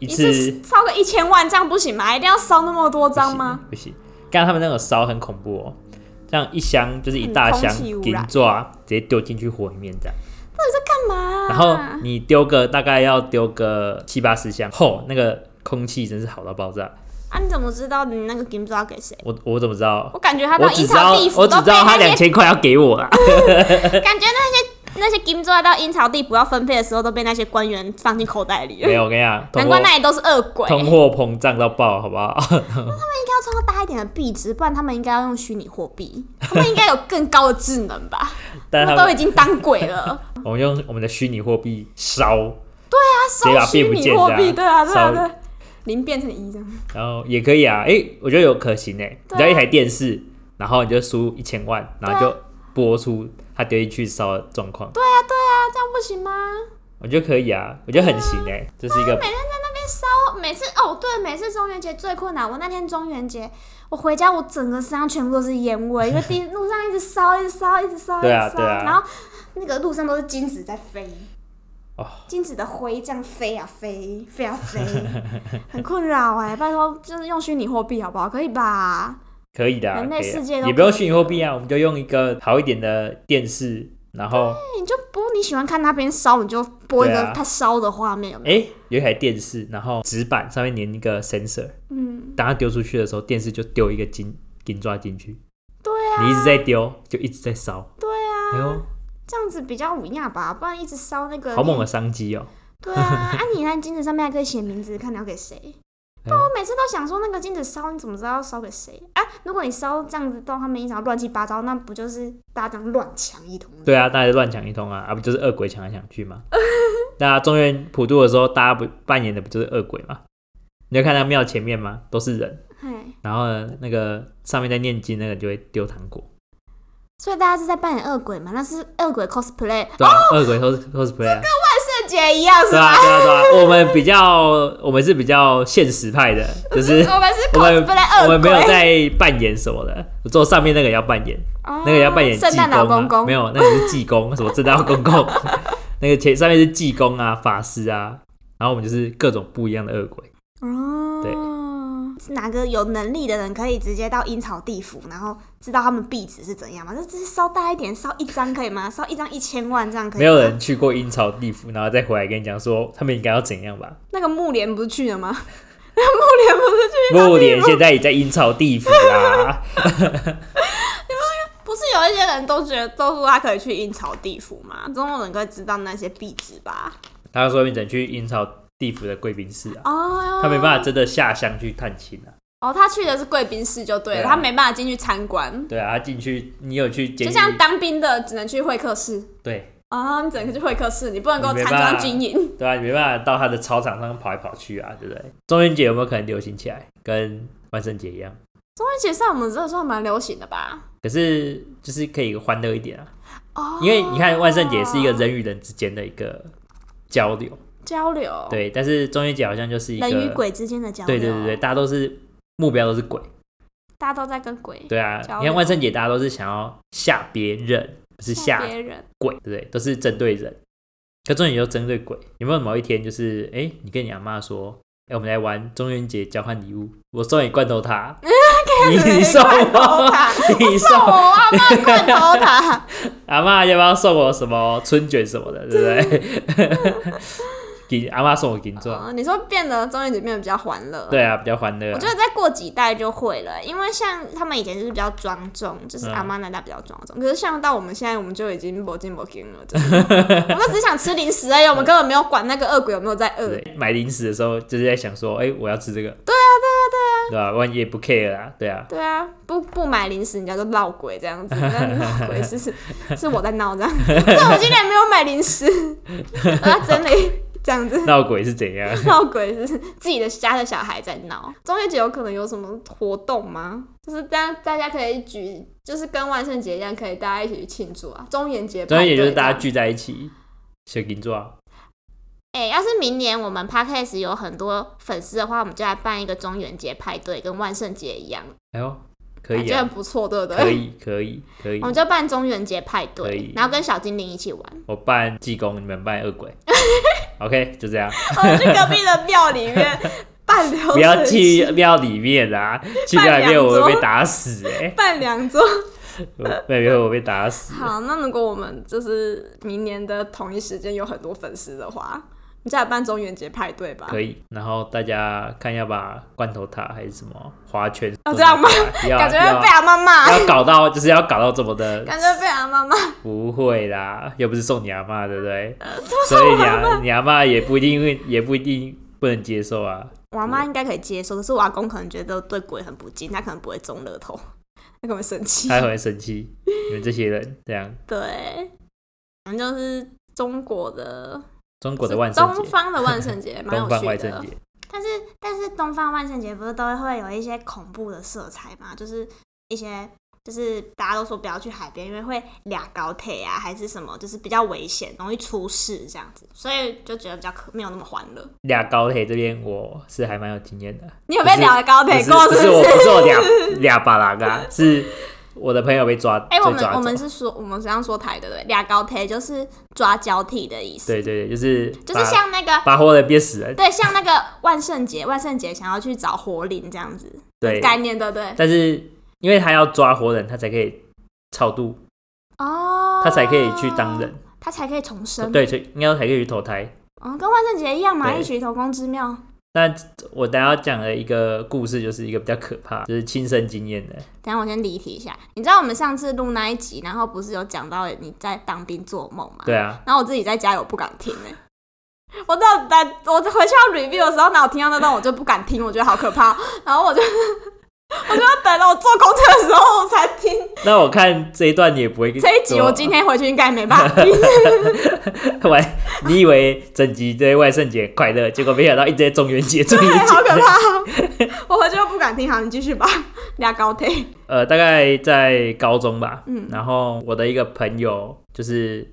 [SPEAKER 2] 一
[SPEAKER 1] 次
[SPEAKER 2] 次烧个一千万这样不行吗？一定要烧那么多张吗？
[SPEAKER 1] 不行，刚刚他们那种烧很恐怖哦，这样一箱就是一大箱
[SPEAKER 2] 嗯空气污
[SPEAKER 1] 银
[SPEAKER 2] 染
[SPEAKER 1] 抓，直接丢进去火里面这样。
[SPEAKER 2] 干嘛啊、
[SPEAKER 1] 然后你丢个大概要丢个七八十箱，吼，那个空气真是好到爆炸。
[SPEAKER 2] 啊，你怎么知道你那个金抓给谁？
[SPEAKER 1] 我我怎么知道
[SPEAKER 2] 我？感觉他
[SPEAKER 1] 我
[SPEAKER 2] 到
[SPEAKER 1] 只
[SPEAKER 2] 阴
[SPEAKER 1] 知道
[SPEAKER 2] 曹地府
[SPEAKER 1] 我只
[SPEAKER 2] 都
[SPEAKER 1] 知
[SPEAKER 2] 被
[SPEAKER 1] 道他
[SPEAKER 2] 那
[SPEAKER 1] 两
[SPEAKER 2] 些，
[SPEAKER 1] 千块要给我啊 啦。
[SPEAKER 2] 感觉那些那些金抓到阴曹地府要分配的时候，都被那些官员放进口袋里
[SPEAKER 1] 没
[SPEAKER 2] 了。
[SPEAKER 1] 有，我跟你讲，
[SPEAKER 2] 难
[SPEAKER 1] 通货
[SPEAKER 2] 怪那里都是恶鬼。
[SPEAKER 1] 通货膨胀到爆，好不好？
[SPEAKER 2] 应该要创造大一点的币值，不然他们应该要用虚拟货币，他们应该有更高的智能吧？
[SPEAKER 1] 但
[SPEAKER 2] 他
[SPEAKER 1] 是他
[SPEAKER 2] 们都
[SPEAKER 1] 们
[SPEAKER 2] 已经当鬼 了，
[SPEAKER 1] 我们用我们的虚拟货币烧，
[SPEAKER 2] 他
[SPEAKER 1] 直接
[SPEAKER 2] 收
[SPEAKER 1] 把
[SPEAKER 2] 虚
[SPEAKER 1] 变不
[SPEAKER 2] 拟
[SPEAKER 1] 见
[SPEAKER 2] 货
[SPEAKER 1] 这
[SPEAKER 2] 币，
[SPEAKER 1] 样
[SPEAKER 2] 对啊，对啊，
[SPEAKER 1] 烧
[SPEAKER 2] 对啊，零变成一这样。
[SPEAKER 1] 然后也可以啊。哎，我觉得有可行哎，
[SPEAKER 2] 对啊
[SPEAKER 1] 只要一台电视，然后你就输一千万，然后
[SPEAKER 2] 对啊
[SPEAKER 1] 就播出它丢进去烧的状况。
[SPEAKER 2] 对啊，对啊，这样不行吗？
[SPEAKER 1] 我觉得可以啊，我觉得很行哎、这是一个
[SPEAKER 2] 每天在那边烧，每次哦，对，每次中元节最困难。我那天中元节，我回家，我整个身上全部都是烟味，因为地路上一直烧，一直烧，一直烧，
[SPEAKER 1] 对啊
[SPEAKER 2] 一直烧，
[SPEAKER 1] 对啊
[SPEAKER 2] 然后那个路上都是金子在飞，
[SPEAKER 1] 哦
[SPEAKER 2] 金子的灰这样飞啊飞，飞 啊飞，很困扰哎、拜托，就是用虚拟货币好不好？可以吧？
[SPEAKER 1] 可以的、啊，
[SPEAKER 2] 人
[SPEAKER 1] 可以
[SPEAKER 2] 类
[SPEAKER 1] 啊
[SPEAKER 2] 世界都
[SPEAKER 1] 也不
[SPEAKER 2] 可
[SPEAKER 1] 用
[SPEAKER 2] 以
[SPEAKER 1] 虚拟货币啊，我们就用一个好一点的电视，然后
[SPEAKER 2] 那哎你就播你喜欢看那边烧，你就播一
[SPEAKER 1] 对
[SPEAKER 2] 个
[SPEAKER 1] 啊
[SPEAKER 2] 它烧的画面，有没有？
[SPEAKER 1] 哎、有一台电视，然后纸板上面粘一个 sensor，
[SPEAKER 2] 嗯，
[SPEAKER 1] 当它丢出去的时候，电视就丢一个金金抓进去，
[SPEAKER 2] 对
[SPEAKER 1] 你一
[SPEAKER 2] 啊，
[SPEAKER 1] 直在丢，就一直在烧，
[SPEAKER 2] 对啊，
[SPEAKER 1] 哎呦，
[SPEAKER 2] 这样子比较无恙吧，不然一直烧那个
[SPEAKER 1] 好猛的商机哦、
[SPEAKER 2] 对啊，啊，你那金子上面还可以写名字，看你要给谁。
[SPEAKER 1] 嗯
[SPEAKER 2] 但我每次都想说，那个金子烧，你怎么知道要烧给谁？啊，如果你烧这样子到他们一场乱七八糟，那不就是大家这样乱抢一通？
[SPEAKER 1] 对啊，大家乱抢一通啊，啊不就是恶鬼抢来抢去 吗？大家中原普渡的时候，大家不扮演的不就是恶鬼吗？你有看到庙前面吗？都是人，
[SPEAKER 2] 嘿，
[SPEAKER 1] 然后呢，那个上面在念经那个就会丢糖果。
[SPEAKER 2] 所以大家是在扮演恶鬼嘛？那是恶鬼 cosplay，
[SPEAKER 1] 对啊，恶鬼 cos cosplay，啊
[SPEAKER 2] 圣洁一样是
[SPEAKER 1] 对
[SPEAKER 2] 吧？
[SPEAKER 1] 啊对啊对啊，我们比较我们是比较现实派的，啊就是
[SPEAKER 2] 我们是
[SPEAKER 1] 我们
[SPEAKER 2] cosplay
[SPEAKER 1] 我
[SPEAKER 2] 恶
[SPEAKER 1] 们没有
[SPEAKER 2] 鬼，
[SPEAKER 1] 在扮演什么的，我做上面那个也要扮演，
[SPEAKER 2] 那
[SPEAKER 1] 那个也要扮演
[SPEAKER 2] 哦圣
[SPEAKER 1] 济
[SPEAKER 2] 诞老公
[SPEAKER 1] 公啊，
[SPEAKER 2] 公，
[SPEAKER 1] 没有，那个是济公，什么正道公 公，那个前上面是济公啊、法师啊，然后我们就是各种不一样的恶鬼，
[SPEAKER 2] 哦，对，哪个有能力的人可以直接到阴曹地府，然后知道他们壁纸是怎样吗？这只是烧大一点，烧一张可以吗？烧一张一千万这样可以吗？
[SPEAKER 1] 没有人去过阴曹地府，然后再回来跟你讲说他们应该要怎样吧？
[SPEAKER 2] 那个木莲不是去了吗？那个木莲不是去，
[SPEAKER 1] 木莲现在也在阴曹地府啊啦。
[SPEAKER 2] 不是有一些人都觉得都说他可以去阴曹地府吗？总有人可以知道那些壁纸吧？
[SPEAKER 1] 他说你只能去阴曹地府的贵宾室啊，
[SPEAKER 2] 哦，
[SPEAKER 1] 他没办法真的下乡去探亲啊。
[SPEAKER 2] 哦，他去的是贵宾室就对了，
[SPEAKER 1] 对啊
[SPEAKER 2] 他没办法进去参观，
[SPEAKER 1] 对啊，他进去你有去监
[SPEAKER 2] 就
[SPEAKER 1] 狱，
[SPEAKER 2] 像当兵的只能去会客室
[SPEAKER 1] 对
[SPEAKER 2] 啊、哦，你只能去会客室，你不能够
[SPEAKER 1] 你没
[SPEAKER 2] 参
[SPEAKER 1] 办法
[SPEAKER 2] 观军营。
[SPEAKER 1] 对啊，你没办法到他的操场上跑来跑去啊，对不对？中元节有没有可能流行起来，跟万圣节一样？
[SPEAKER 2] 中元节上我们这算蛮流行的吧？
[SPEAKER 1] 可是就是可以欢乐一点啊，
[SPEAKER 2] 哦，
[SPEAKER 1] 因为你看万圣节是一个人与人之间的一个交流，
[SPEAKER 2] 交流，，
[SPEAKER 1] 对，但是中元节好像就是一个
[SPEAKER 2] 哦人与鬼之间的交流，
[SPEAKER 1] 对对对对，，大家都是目标都是鬼，
[SPEAKER 2] 大家都在跟鬼
[SPEAKER 1] 对啊
[SPEAKER 2] 交，流
[SPEAKER 1] 你看万圣节大家都是想要吓别人，不是吓
[SPEAKER 2] 别人，
[SPEAKER 1] 鬼，对不对？都是针对人，可中元节就针对鬼。有没有某一天就是，哎、你跟你阿妈说，哎、我们来玩中元节交换礼物，我送你罐头 塔，你送
[SPEAKER 2] 罐头
[SPEAKER 1] 我，
[SPEAKER 2] 塔
[SPEAKER 1] 你送
[SPEAKER 2] 送我阿妈罐头 塔，
[SPEAKER 1] 阿妈要不要送我什么春卷什么的，对不对？给阿妈送我金钻，
[SPEAKER 2] 嗯，你说变得中元节变得比较欢乐，
[SPEAKER 1] 对啊，比较欢乐、
[SPEAKER 2] 我
[SPEAKER 1] 啊
[SPEAKER 2] 觉。得再过几代就会了，因为像他们以前就是比较庄重，就是
[SPEAKER 1] 嗯
[SPEAKER 2] 阿妈那代比较庄 重。可是像到我们现在，我们就已经不进不进了，真的我们只想吃零食而已，我们根本没有管那个恶鬼有没有在饿。
[SPEAKER 1] 对，买零食的时候就是在想说，哎、我要吃这个，对啊，对啊，对啊，对吧、我也不 care 啊，对啊，
[SPEAKER 2] 对啊，不不买零食，人家就闹鬼这样子，那你闹 鬼是是是我在闹这样， 但我今天没有买 零食，啊，真的这样子。
[SPEAKER 1] 闹鬼是怎 样？
[SPEAKER 2] 闹鬼是自己的家的小孩在闹。中元节有可能有什么活动吗？就是大大家可以举，就是跟万圣节一样，可以大家一起去庆祝啊。中元节，
[SPEAKER 1] 所以也就是大家
[SPEAKER 2] 聚。
[SPEAKER 1] 聚在一起，小金啊抓，
[SPEAKER 3] 哎、要是明年我们 podcast 有很多粉丝的话，我们就来办一个中元节派对，跟万圣节一样，
[SPEAKER 1] 哎呦，可
[SPEAKER 2] 感
[SPEAKER 1] 以
[SPEAKER 2] 觉很
[SPEAKER 1] 啊，
[SPEAKER 2] 不错，对不
[SPEAKER 1] 可
[SPEAKER 2] 对？
[SPEAKER 1] 以，可以，可以
[SPEAKER 3] 我，们就办中元节派
[SPEAKER 1] 可
[SPEAKER 3] 对
[SPEAKER 1] 以，
[SPEAKER 3] 然后跟小精灵一起玩。
[SPEAKER 1] 我扮济公，你们扮恶鬼，OK，就这样，
[SPEAKER 2] 我们去隔壁的庙里面办流水席
[SPEAKER 1] 不要去庙里面啊，去庙里
[SPEAKER 2] 扮
[SPEAKER 1] 面
[SPEAKER 2] 两
[SPEAKER 1] 我会被
[SPEAKER 2] 桌
[SPEAKER 1] 打死哎、
[SPEAKER 2] 办两桌。
[SPEAKER 1] 我庙里面我被打死，
[SPEAKER 2] 好，那如果我们就是明年的同一时间有很多粉丝的话，我们再来办中元节派对吧。
[SPEAKER 1] 可以，然后大家看要把罐头塔还是什么花圈，
[SPEAKER 2] 哦这样吗？
[SPEAKER 1] 要
[SPEAKER 2] 感觉
[SPEAKER 1] 啊要
[SPEAKER 2] 会被阿妈骂，
[SPEAKER 1] 要搞到，就是要搞到这么的
[SPEAKER 2] 感觉被阿妈骂。
[SPEAKER 1] 不会啦，又不是送你阿妈，对不对？所以你阿你阿妈也不一定会，也不一定不能接受 啊。
[SPEAKER 2] 我阿妈应该可以接受，可是我阿公可能觉得对鬼很不敬，他可能不会中乐透，他可能会生气。
[SPEAKER 1] 她会生气，你们这些人这样。
[SPEAKER 2] 对，反正就是中国的
[SPEAKER 1] 中国的万圣
[SPEAKER 2] 东
[SPEAKER 1] 节，
[SPEAKER 2] 方的万圣节， 蛮有
[SPEAKER 1] 东方
[SPEAKER 2] 趣
[SPEAKER 1] 万圣
[SPEAKER 2] 的。
[SPEAKER 1] 节，
[SPEAKER 3] 但是，但是东方万圣节不是都会有一些恐怖的色彩嘛？就是一些，就是大家都说不要去海边，因为会俩高铁啊，还是什么，就是比较危险，容易出事这样子，所以就觉得比较可没有那么欢乐。
[SPEAKER 1] 俩高铁这边我是还蛮有经验的。
[SPEAKER 2] 你有被
[SPEAKER 1] 不是
[SPEAKER 2] 聊高
[SPEAKER 1] 不
[SPEAKER 2] 铁
[SPEAKER 1] 是
[SPEAKER 2] 过
[SPEAKER 1] 不
[SPEAKER 2] 是
[SPEAKER 1] 是我，
[SPEAKER 2] 是？
[SPEAKER 1] 不是我俩俩巴拉嘎，是我的朋友被抓，被
[SPEAKER 2] 哎、我们
[SPEAKER 1] 抓
[SPEAKER 2] 我们
[SPEAKER 1] 走。
[SPEAKER 2] 是说我们是这样说台的对，俩高铁就是抓交替的意思，
[SPEAKER 1] 对对对，就是
[SPEAKER 2] 就是
[SPEAKER 1] 把
[SPEAKER 2] 像那个
[SPEAKER 1] 把活人变死人，
[SPEAKER 2] 对，像那个万圣节，万圣节想要去找活灵这样子
[SPEAKER 1] 对。
[SPEAKER 2] 概念，对不对？
[SPEAKER 1] 但是因为他要抓活人，他才可以超度，
[SPEAKER 2] 哦，
[SPEAKER 1] 他才可以去当人，，哦
[SPEAKER 2] 他才可以重生。，
[SPEAKER 1] 对，所以应该才可以去投胎。
[SPEAKER 2] 哦，跟万圣节一样嘛，
[SPEAKER 1] 对
[SPEAKER 2] 异曲同工之妙。
[SPEAKER 1] 那我等一下要讲的一个故事，就是一个比较可怕，就是亲身经验的。
[SPEAKER 2] 等一下我先离题一下，你知道我们上次录那一集，然后不是有讲到你在当兵做梦吗？
[SPEAKER 1] 对。啊，
[SPEAKER 2] 然后我自己在家有不敢听呢、欸我到底在我回去要 review 的时候，然后我听到那段我就不敢听，我觉得好可怕。哦然后我就我就等到我坐公车的时候我才听
[SPEAKER 1] 那我看这一段你也不会
[SPEAKER 2] 这一集，我今天回去应该没办 法听。
[SPEAKER 1] 我你以为整集对万圣节快乐，结果没想到一直在中元节，中元
[SPEAKER 2] 对， 好可
[SPEAKER 1] 节。
[SPEAKER 2] 怕！哦 我回去就不敢听。好，你继续吧。 俩高铁，
[SPEAKER 1] 呃，大概在高中吧，
[SPEAKER 2] 嗯
[SPEAKER 1] 然后我的一个朋友就是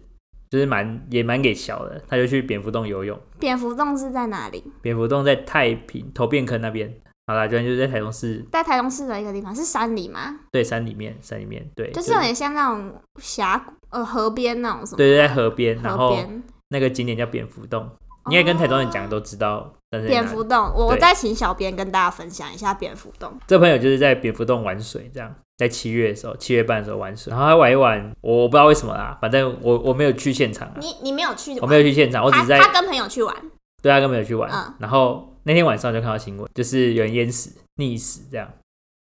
[SPEAKER 1] 就是蛮也蛮给小的，他就去蝙蝠洞游泳，
[SPEAKER 2] 蝙蝠洞是在哪里？
[SPEAKER 1] 蝙蝠洞在太平头变坑那边。好啦，居然就是在台中市
[SPEAKER 2] 在台中市的一个地方，是山里吗？
[SPEAKER 1] 对山里面，山里面对，
[SPEAKER 2] 就是有点像那种峡谷，呃，河边那种什么？
[SPEAKER 1] 对，就在河边，然
[SPEAKER 2] 河
[SPEAKER 1] 后
[SPEAKER 2] 边哦
[SPEAKER 1] 那个景点叫蝙蝠洞，你应该跟台中人讲都知道。但是
[SPEAKER 2] 蝙蝠洞。我
[SPEAKER 1] 对
[SPEAKER 2] 再请小编跟大家分享一下蝙蝠洞。
[SPEAKER 1] 这朋友就是在蝙蝠洞玩水，这样在七月的时候，七月半的时候玩水，然后他玩一玩，我我不知道为什么啦，反正我我没有去现场、啊，
[SPEAKER 2] 你你没有去
[SPEAKER 1] 我
[SPEAKER 2] 玩？
[SPEAKER 1] 没有去现场，我只
[SPEAKER 2] 他
[SPEAKER 1] 是在
[SPEAKER 2] 他跟朋友去玩，
[SPEAKER 1] 对他跟朋友去玩。
[SPEAKER 2] 嗯
[SPEAKER 1] 然后那天晚上就看到新闻，就是有人淹死、溺死这样。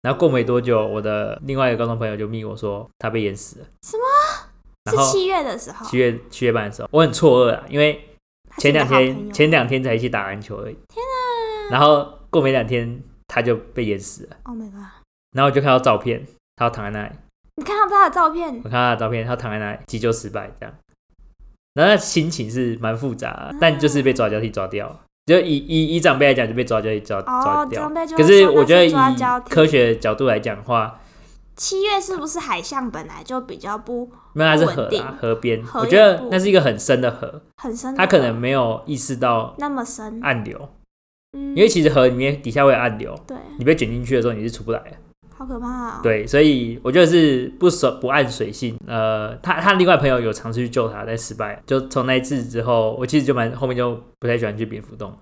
[SPEAKER 1] 然后过没多久，我的另外一个高中朋友就密我说他被淹死了。
[SPEAKER 2] 什
[SPEAKER 1] 么？然
[SPEAKER 2] 是
[SPEAKER 1] 后
[SPEAKER 2] 七月的时候
[SPEAKER 1] 七。月七月半的时候，我很错愕啊，因为
[SPEAKER 2] 他是
[SPEAKER 1] 前
[SPEAKER 2] 你的
[SPEAKER 1] 两
[SPEAKER 2] 好朋
[SPEAKER 1] 天
[SPEAKER 2] 友
[SPEAKER 1] 前两天才一起打篮球而已。天啊！然后过没两天他就被淹死了，
[SPEAKER 2] ，Oh my god！
[SPEAKER 1] 然后我就看到照片，他躺在那里，
[SPEAKER 2] 你看到他的照片
[SPEAKER 1] 我，看到他的照片，他躺在那里急救失败这样。然后他心情是蛮复杂的，但就是被抓交替抓掉了，就以以以长辈来讲就被抓交替抓、抓
[SPEAKER 2] 哦，
[SPEAKER 1] 掉了。
[SPEAKER 2] 长辈就
[SPEAKER 1] 可
[SPEAKER 2] 会
[SPEAKER 1] 是
[SPEAKER 2] 说
[SPEAKER 1] 我
[SPEAKER 2] 那
[SPEAKER 1] 觉得以
[SPEAKER 2] 抓交替
[SPEAKER 1] 科学的角度来讲的话，
[SPEAKER 2] 七月是不是海象本来就比较不
[SPEAKER 1] 那它是河
[SPEAKER 2] 稳定
[SPEAKER 1] 啦，河边，
[SPEAKER 2] 河
[SPEAKER 1] 我
[SPEAKER 2] 也
[SPEAKER 1] 觉得
[SPEAKER 2] 不
[SPEAKER 1] 那是一个很深的河，
[SPEAKER 2] 很深的
[SPEAKER 1] 它可能没有意识到
[SPEAKER 2] 那么深，
[SPEAKER 1] 暗流，
[SPEAKER 2] 嗯，
[SPEAKER 1] 因为其实河里面底下会有暗流，
[SPEAKER 2] 对，
[SPEAKER 1] 你被卷进去的时候你是出不来的。
[SPEAKER 2] 好可怕哦。，
[SPEAKER 1] 对，所以我觉得是不守不按水性。呃，他他另外朋友有尝试去救他，但失败了。就从那一次之后，我其实就蛮后面就不太喜欢去蝙蝠洞了。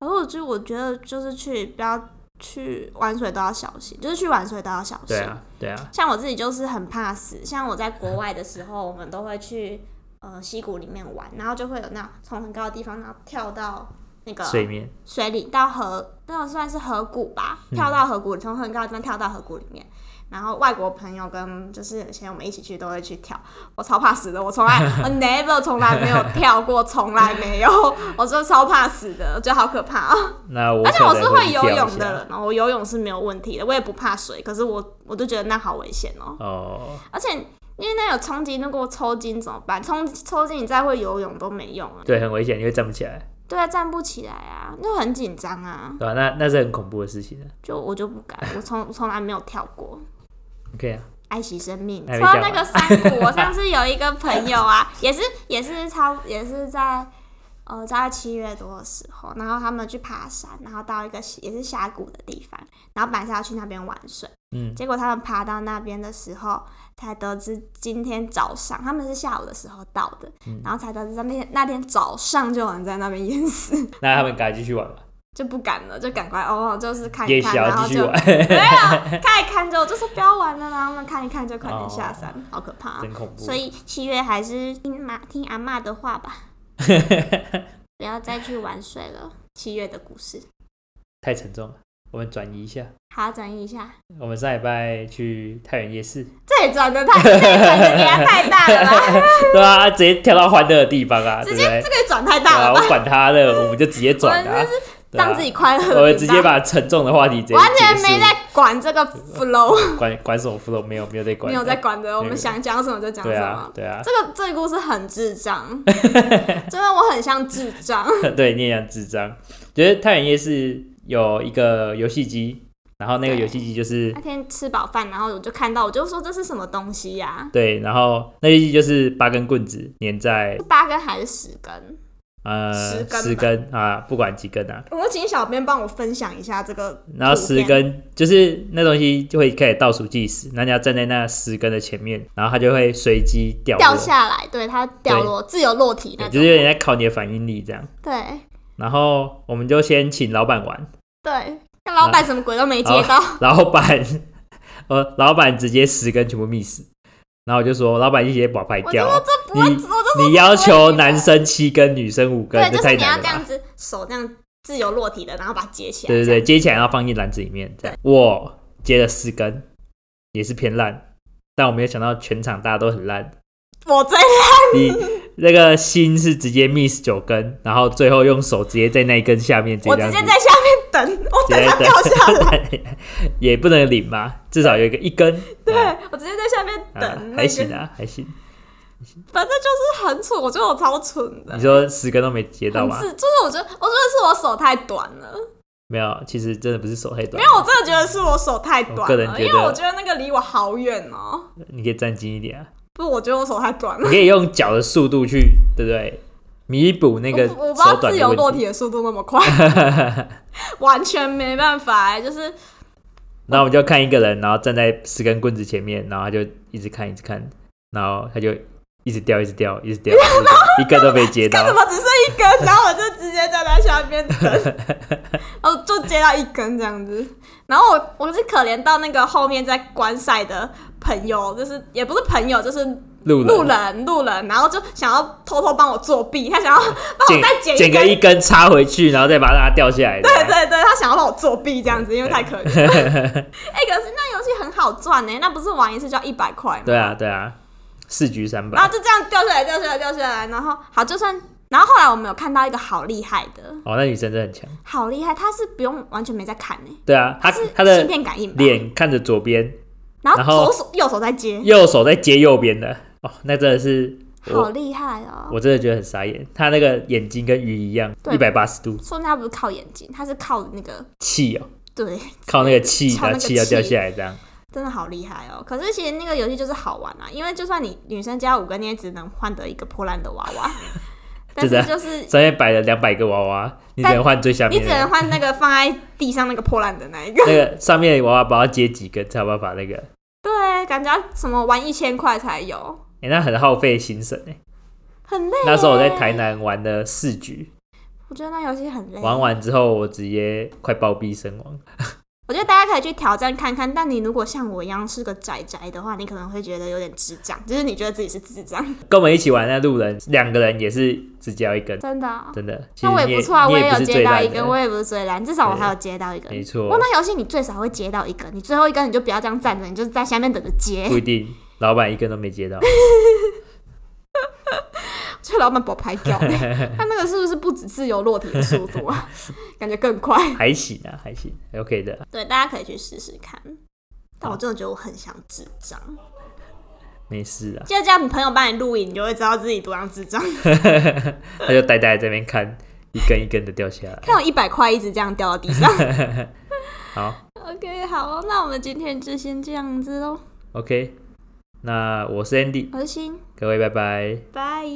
[SPEAKER 2] 可是我就我觉得就是去不要去玩水都要小心，就是去玩水都要小心。
[SPEAKER 1] 对啊，对啊，
[SPEAKER 2] 像我自己就是很怕死，像我在国外的时候，我们都会去呃溪谷里面玩，然后就会有那种从很高的地方然后跳到那个
[SPEAKER 1] 水面
[SPEAKER 2] 水里到河，那种算是河谷吧，
[SPEAKER 1] 嗯
[SPEAKER 2] 跳到河谷，从很高的地方跳到河谷里面。然后外国朋友跟就是以前我们一起去都会去跳，我超怕死的，我从来 我 never 从来没有跳过，从来没有，我就超怕死的，我觉得好可怕、哦。
[SPEAKER 1] 那我
[SPEAKER 2] 而且
[SPEAKER 1] 可
[SPEAKER 2] 我
[SPEAKER 1] 能
[SPEAKER 2] 是
[SPEAKER 1] 会
[SPEAKER 2] 会游
[SPEAKER 1] 跳一
[SPEAKER 2] 泳
[SPEAKER 1] 下
[SPEAKER 2] 的人哦，我游泳是没有问题的，我也不怕水，可是我我就觉得那好危险哦。
[SPEAKER 1] 哦，
[SPEAKER 2] 而且因为那有冲击，那给我抽筋怎么办？冲抽筋你再会游泳都没用啊。
[SPEAKER 1] 对，很危险，因为站不起来，
[SPEAKER 2] 对啊，站不起来啊，就很紧张啊，
[SPEAKER 1] 对吧、那那是很恐怖的事情啊。
[SPEAKER 2] 就我就不敢，我从我从来没有跳过。
[SPEAKER 1] OK 啊，
[SPEAKER 2] 爱惜生命。
[SPEAKER 1] 还没
[SPEAKER 2] 说到
[SPEAKER 1] 讲
[SPEAKER 2] 那
[SPEAKER 1] 完
[SPEAKER 2] 个山谷，我上次有一个朋友啊，也是也是超也是在呃在七月多的时候，然后他们去爬山，然后到一个也是峡谷的地方，然后本来是要去那边玩水，
[SPEAKER 1] 嗯
[SPEAKER 2] 结果他们爬到那边的时候，才得知今天早上他们是下午的时候到的，
[SPEAKER 1] 嗯
[SPEAKER 2] 然后才得知那天那天早上就有人在那边淹死，
[SPEAKER 1] 那他们赶快继续玩吧，
[SPEAKER 2] 就不敢了，就赶快哦，就是看一
[SPEAKER 1] 夜
[SPEAKER 2] 看，
[SPEAKER 1] 宵
[SPEAKER 2] 然后
[SPEAKER 1] 继续
[SPEAKER 2] 就嗯
[SPEAKER 1] 玩，
[SPEAKER 2] 没有 看一看就就说不要玩了，然后他们看一看就快点下山，好可怕啊、
[SPEAKER 1] 真恐怖。
[SPEAKER 2] 所以七月还是听妈听阿嬷的 话吧，不要再去玩水了。七月的故事，
[SPEAKER 1] 太沉重了，我们转移一下。
[SPEAKER 2] 好转移一下，
[SPEAKER 1] 我们上礼拜去太原夜市，
[SPEAKER 2] 这也转的太，这也转的给他太大了 吧？
[SPEAKER 1] 对啊，直接跳到欢乐的地方啊，对不
[SPEAKER 2] 直接
[SPEAKER 1] 对
[SPEAKER 2] 这？个转太
[SPEAKER 1] 对
[SPEAKER 2] 大
[SPEAKER 1] 啊，
[SPEAKER 2] 了
[SPEAKER 1] 我
[SPEAKER 2] 吧？
[SPEAKER 1] 管他的，我们就直接转啊，对啊
[SPEAKER 2] 让自己快乐的频道，
[SPEAKER 1] 我们直接把沉重的话题直接
[SPEAKER 2] 完全没
[SPEAKER 1] 结束
[SPEAKER 2] 在管这个 flow，
[SPEAKER 1] 管管什么福楼，没有没有在管，
[SPEAKER 2] 没有在管的，我们想讲什么就讲
[SPEAKER 1] 对
[SPEAKER 2] 什
[SPEAKER 1] 啊
[SPEAKER 2] 么。
[SPEAKER 1] 对啊，
[SPEAKER 2] 这个这个故事很智障，真的我很像智障。
[SPEAKER 1] 对你也像智障。觉得太原夜市有一个游戏机，然后那个
[SPEAKER 2] 对
[SPEAKER 1] 游戏机就是
[SPEAKER 2] 那天吃饱饭，然后我就看到，我就说这是什么东西呀、
[SPEAKER 1] 对，然后那游戏机就是八根棍子粘在
[SPEAKER 2] 是八根还是十根？
[SPEAKER 1] 呃
[SPEAKER 2] 十根吧
[SPEAKER 1] 十根啊，不管几根啊，
[SPEAKER 2] 我请小编帮我分享一下这个
[SPEAKER 1] 然后
[SPEAKER 2] 图片
[SPEAKER 1] 十根就是那东西就会开始倒数计时，那你要站在那十根的前面，然后它就会随机掉
[SPEAKER 2] 掉
[SPEAKER 1] 落
[SPEAKER 2] 下来，对，它掉落自由落体那
[SPEAKER 1] 对
[SPEAKER 2] 种，
[SPEAKER 1] 就是有点在考你的反应力这样。
[SPEAKER 2] 对
[SPEAKER 1] 然后我们就先请老板玩，
[SPEAKER 2] 对，那老板什么鬼都没接到，
[SPEAKER 1] 老板， 呃，老板直接十根全部 miss，然后我就说老板一些把牌
[SPEAKER 2] 我就
[SPEAKER 1] 掉
[SPEAKER 2] 说
[SPEAKER 1] 哦，
[SPEAKER 2] 这不会，我
[SPEAKER 1] 你
[SPEAKER 2] 就说
[SPEAKER 1] 你要求男生七根，女生五根，
[SPEAKER 2] 对，
[SPEAKER 1] 这
[SPEAKER 2] 就
[SPEAKER 1] 太
[SPEAKER 2] 是你
[SPEAKER 1] 难
[SPEAKER 2] 要
[SPEAKER 1] 了
[SPEAKER 2] 这样
[SPEAKER 1] 吧。
[SPEAKER 2] 子手这样自由落体的，然后把它接起来，
[SPEAKER 1] 对对
[SPEAKER 2] 这
[SPEAKER 1] 对，
[SPEAKER 2] 样，
[SPEAKER 1] 接起来要放进篮子里面。这样，我接了四根，也是偏烂，但我没有想到全场大家都很烂。
[SPEAKER 2] 我真
[SPEAKER 1] 你 那个心是直接 miss 九根，然后最后用手直接在那一根下面直接
[SPEAKER 2] 我
[SPEAKER 1] 这样
[SPEAKER 2] 直接
[SPEAKER 1] 子
[SPEAKER 2] 在下面等，我等它
[SPEAKER 1] 直接
[SPEAKER 2] 掉下 来，
[SPEAKER 1] 来，也不能领嘛，至少有一个一根。啊
[SPEAKER 2] 对我直接在下面
[SPEAKER 1] 啊
[SPEAKER 2] 等，那
[SPEAKER 1] 还
[SPEAKER 2] 个
[SPEAKER 1] 行啊，还行。
[SPEAKER 2] 反正就是很蠢，我觉得我超蠢的
[SPEAKER 1] 你，说十根都没接到
[SPEAKER 2] 很
[SPEAKER 1] 嗯吗？
[SPEAKER 2] 是，就是我觉得，我真的是我手太短了，
[SPEAKER 1] 没有，其实真的不是手太短，
[SPEAKER 2] 没有，我真的觉得是我手太短
[SPEAKER 1] 我
[SPEAKER 2] 了，
[SPEAKER 1] 个人觉得
[SPEAKER 2] 因为我觉得那个离我好远哦、
[SPEAKER 1] 你可以站近一点啊，
[SPEAKER 2] 不是，我觉得我手太短
[SPEAKER 1] 你
[SPEAKER 2] 了。
[SPEAKER 1] 可以用脚的速度去，对不对？弥补那个
[SPEAKER 2] 我不我不知
[SPEAKER 1] 手
[SPEAKER 2] 道
[SPEAKER 1] 短
[SPEAKER 2] 自
[SPEAKER 1] 的
[SPEAKER 2] 由落
[SPEAKER 1] 问题。
[SPEAKER 2] 体的速度那 么快，完全没办法、欸就是
[SPEAKER 1] 然后我们就看一个人，然后站在十根棍子前面，然后他就一直看，一直看，然后他就一直掉，一直掉，一直 掉，一直掉一根都没接
[SPEAKER 2] 看怎
[SPEAKER 1] 到。
[SPEAKER 2] 么只剩一根，然后我就直接站在下面等， 然后就接到一根这样子。然后我我是可怜到那个后面在观赛的朋友，就是也不是朋友，就是
[SPEAKER 1] 路
[SPEAKER 2] 路
[SPEAKER 1] 人
[SPEAKER 2] 人路人，然后就想要偷偷帮我作弊，他想要帮我再
[SPEAKER 1] 捡
[SPEAKER 2] 剪
[SPEAKER 1] 捡
[SPEAKER 2] 哦一根
[SPEAKER 1] 个一根插回去，然后再把它掉下 来。
[SPEAKER 2] 对对对，他想要让我作弊这样子，因为太可怜。 哎、可是那游戏很好赚呢、那不是玩一次就要一百块吗？
[SPEAKER 1] 对啊，对啊，四局三
[SPEAKER 2] 然
[SPEAKER 1] 百
[SPEAKER 2] 后。就这样掉下来，掉下来，掉下来，然后好，就算然后后来我们有看到一个好厉害的，
[SPEAKER 1] 哦，那女生真的很强。
[SPEAKER 2] 好厉害，他是不用完全没在看呢、
[SPEAKER 1] 对啊，她
[SPEAKER 2] 是
[SPEAKER 1] 她的
[SPEAKER 2] 芯片感应吧？
[SPEAKER 1] 脸看着左边，
[SPEAKER 2] 然
[SPEAKER 1] 然后
[SPEAKER 2] 后左手右手在接，
[SPEAKER 1] 右手在接右边的，哦，那真的是
[SPEAKER 2] 好
[SPEAKER 1] 我
[SPEAKER 2] 厉害哦！
[SPEAKER 1] 我真的觉得很傻眼。她那个眼睛跟鱼一样，
[SPEAKER 2] 对
[SPEAKER 1] 一百八十度
[SPEAKER 2] 说明他不是靠眼睛，他是靠那个
[SPEAKER 1] 气哦，
[SPEAKER 2] 对，
[SPEAKER 1] 靠那个气，
[SPEAKER 2] 靠
[SPEAKER 1] 把
[SPEAKER 2] 那个
[SPEAKER 1] 气要掉
[SPEAKER 2] 气
[SPEAKER 1] 下来这样。
[SPEAKER 2] 真的好厉害哦！可是其实那个游戏就是好玩啊，因为就算你女生加五个，你也只能换得一个破烂的娃 娃，但
[SPEAKER 1] 真
[SPEAKER 2] 是
[SPEAKER 1] 的
[SPEAKER 2] 就是
[SPEAKER 1] 上面摆了两百个娃娃，你只能换最下
[SPEAKER 2] 你
[SPEAKER 1] 啊面
[SPEAKER 2] 只
[SPEAKER 1] 的。
[SPEAKER 2] 能换那个放在地上那个破烂的那 一个。
[SPEAKER 1] 那个上面的娃娃不知道接几根，才有办法那个。
[SPEAKER 2] 对，感觉要什么玩一千块才有，
[SPEAKER 1] 哎、那很耗费心神哎、
[SPEAKER 2] 啊很累。
[SPEAKER 1] 那时候我在台，南玩了四局，
[SPEAKER 2] 我觉得那游戏很累。
[SPEAKER 1] 玩完之后我直接快暴毙身亡。
[SPEAKER 2] 我觉得大家可以去挑战看看，但你如果像我一样是个宅宅的话，你可能会觉得有点智障，就是你觉得自己是智障，
[SPEAKER 1] 跟我们一起玩那路人，两个人也是只交一根，
[SPEAKER 2] 真的啊、
[SPEAKER 1] 真的。其
[SPEAKER 2] 那
[SPEAKER 1] 实
[SPEAKER 2] 我
[SPEAKER 1] 你
[SPEAKER 2] 也
[SPEAKER 1] 也
[SPEAKER 2] 不错啊，
[SPEAKER 1] 你
[SPEAKER 2] 我
[SPEAKER 1] 也不
[SPEAKER 2] 有
[SPEAKER 1] 是
[SPEAKER 2] 接
[SPEAKER 1] 最
[SPEAKER 2] 到
[SPEAKER 1] 烂
[SPEAKER 2] 一根，我
[SPEAKER 1] 的，
[SPEAKER 2] 也不是最烂，至少我
[SPEAKER 1] 对
[SPEAKER 2] 还有接到一根。
[SPEAKER 1] 没错
[SPEAKER 2] 哇，，那游戏你最少会接到一根，你最后一根你就不要这样站着，你就在下面等着接
[SPEAKER 1] 不。一定，老板一根都没接 到。
[SPEAKER 2] 这老板把我拍 掉了，他那个是不是不只是有落体的速度啊？感觉 更快。
[SPEAKER 1] 还行啊，还行，OK 的，
[SPEAKER 4] 对，大家可以去试试看。
[SPEAKER 2] 但我真的觉得我很像智障，
[SPEAKER 1] 没事啊。
[SPEAKER 2] 就叫你朋友帮你录影，你就会知道自己多像智障。
[SPEAKER 1] 他就呆呆在这边看，一根一根的掉下来。
[SPEAKER 2] 看我一百块一直这样掉到地上。
[SPEAKER 1] 好
[SPEAKER 2] OK，好哦、那我们今天就先这样子喽。
[SPEAKER 1] ，OK，那我是 Andy，
[SPEAKER 2] 我是心，
[SPEAKER 1] 各位拜拜。
[SPEAKER 2] 拜。